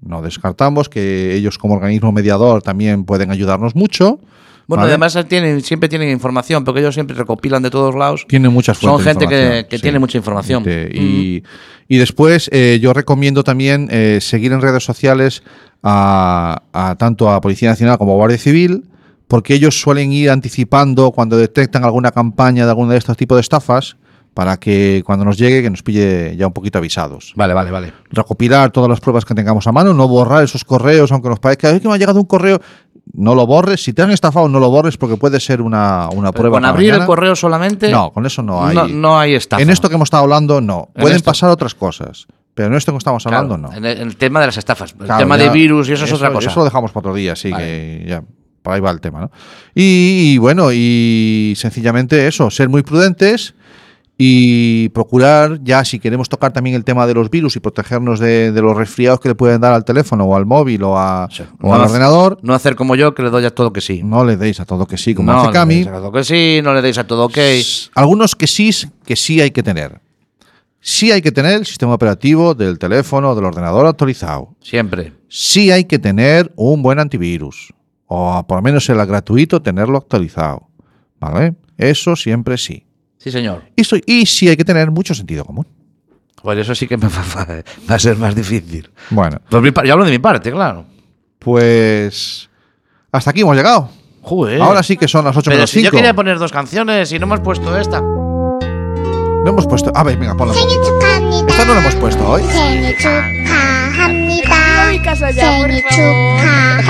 [SPEAKER 3] No descartamos que ellos como organismo mediador también pueden ayudarnos mucho.
[SPEAKER 2] Bueno,
[SPEAKER 3] ¿vale?
[SPEAKER 2] además tienen, siempre tienen información, porque ellos siempre recopilan de todos lados.
[SPEAKER 3] Tienen muchas
[SPEAKER 2] Son
[SPEAKER 3] fuentes
[SPEAKER 2] gente
[SPEAKER 3] de
[SPEAKER 2] que,
[SPEAKER 3] información,
[SPEAKER 2] que
[SPEAKER 3] sí.
[SPEAKER 2] tiene mucha información.
[SPEAKER 3] Gente, Y, y después eh, yo recomiendo también eh, seguir en redes sociales a, a tanto a Policía Nacional como a Guardia Civil, porque ellos suelen ir anticipando cuando detectan alguna campaña de alguno de estos tipos de estafas para que cuando nos llegue que nos pille ya un poquito avisados.
[SPEAKER 2] Vale, vale, vale.
[SPEAKER 3] Recopilar todas las pruebas que tengamos a mano, no borrar esos correos, aunque nos parezca "Ay, que me ha llegado un correo. No lo borres. Si te han estafado, no lo borres porque puede ser una, una prueba.
[SPEAKER 2] Con
[SPEAKER 3] para
[SPEAKER 2] abrir
[SPEAKER 3] mañana.
[SPEAKER 2] el correo solamente.
[SPEAKER 3] No, con eso no hay.
[SPEAKER 2] No, no hay estafa.
[SPEAKER 3] En esto que hemos estado hablando, no.
[SPEAKER 2] En
[SPEAKER 3] Pueden
[SPEAKER 2] esto-
[SPEAKER 3] pasar otras cosas. Pero en esto que estamos hablando, no.
[SPEAKER 2] En el, en el tema de las estafas. El
[SPEAKER 3] Claro,
[SPEAKER 2] tema
[SPEAKER 3] ya-
[SPEAKER 2] de virus y eso, es otra cosa.
[SPEAKER 3] Eso lo dejamos para otro día, sí, que ya. Por ahí va el tema, ¿no? Y, y bueno, y sencillamente eso, ser muy prudentes y procurar, ya si queremos tocar también el tema de los virus y protegernos de, de los resfriados que le pueden dar al teléfono o al móvil o, a- o
[SPEAKER 2] No
[SPEAKER 3] al
[SPEAKER 2] hace-
[SPEAKER 3] ordenador,
[SPEAKER 2] No hacer como yo, que le doy a todo que sí.
[SPEAKER 3] no le deis a todo que sí, como
[SPEAKER 2] no
[SPEAKER 3] hace
[SPEAKER 2] le
[SPEAKER 3] Cami.
[SPEAKER 2] deis a todo que sí, no le deis a todo ok.
[SPEAKER 3] Algunos que sí, que sí hay que tener. Sí hay que tener el sistema operativo del teléfono, del ordenador actualizado.
[SPEAKER 2] Siempre.
[SPEAKER 3] sí hay que tener un buen antivirus. O por lo menos el gratuito, tenerlo actualizado. ¿Vale? Eso siempre sí.
[SPEAKER 2] Sí, señor.
[SPEAKER 3] Eso, y sí hay que tener mucho sentido común.
[SPEAKER 2] Pues eso sí que me *laughs* va, va- va a ser más difícil.
[SPEAKER 3] Bueno,
[SPEAKER 2] Por mi par- yo hablo de mi parte, claro.
[SPEAKER 3] pues hasta aquí hemos llegado.
[SPEAKER 2] Joder.
[SPEAKER 3] Ahora sí que son las 8
[SPEAKER 2] Pero
[SPEAKER 3] menos
[SPEAKER 2] si
[SPEAKER 3] 5.
[SPEAKER 2] yo quería poner dos canciones y no hemos puesto esta.
[SPEAKER 3] No hemos puesto. A ver, venga, ponla. Esta no la hemos puesto hoy.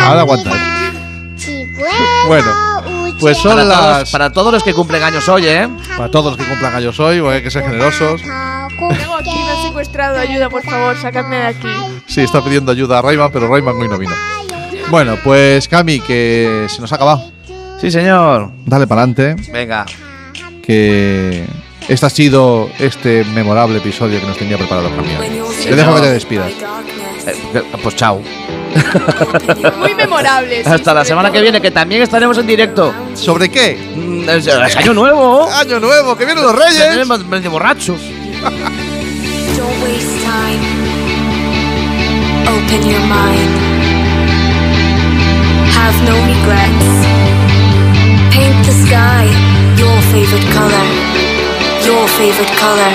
[SPEAKER 3] Ahora aguanta. Bueno, pues son
[SPEAKER 2] para
[SPEAKER 3] las.
[SPEAKER 2] Todos, para todos los que cumplen años hoy, ¿eh?
[SPEAKER 3] Para todos los que cumplan años hoy, porque hay que ser generosos.
[SPEAKER 4] Tengo aquí, me han secuestrado. Ayuda, por favor, sacadme de aquí.
[SPEAKER 3] Sí, está pidiendo ayuda a Rayman, pero Rayman muy no vino. Bueno, pues Cami, que se nos ha acabado.
[SPEAKER 2] Sí, señor.
[SPEAKER 3] Dale para adelante.
[SPEAKER 2] Venga.
[SPEAKER 3] que este ha sido este memorable episodio que nos tenía preparado Camión. Te dejo que te despidas.
[SPEAKER 2] Eh, pues chao.
[SPEAKER 4] Muy memorable. sí,
[SPEAKER 2] Hasta la
[SPEAKER 4] sobre
[SPEAKER 2] semana
[SPEAKER 4] todo.
[SPEAKER 2] que viene, que también estaremos en directo.
[SPEAKER 3] ¿Sobre qué?
[SPEAKER 2] Mm, Es, es año nuevo.
[SPEAKER 3] Año nuevo, que vienen los
[SPEAKER 2] Oh. Año
[SPEAKER 3] reyes.
[SPEAKER 2] nuevo, De borrachos.
[SPEAKER 13] *laughs* Don't waste time. Open your mind. Have no regrets. Paint the sky your favorite color. Your favorite color.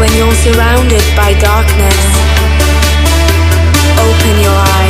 [SPEAKER 13] When you're surrounded by darkness, open your eyes.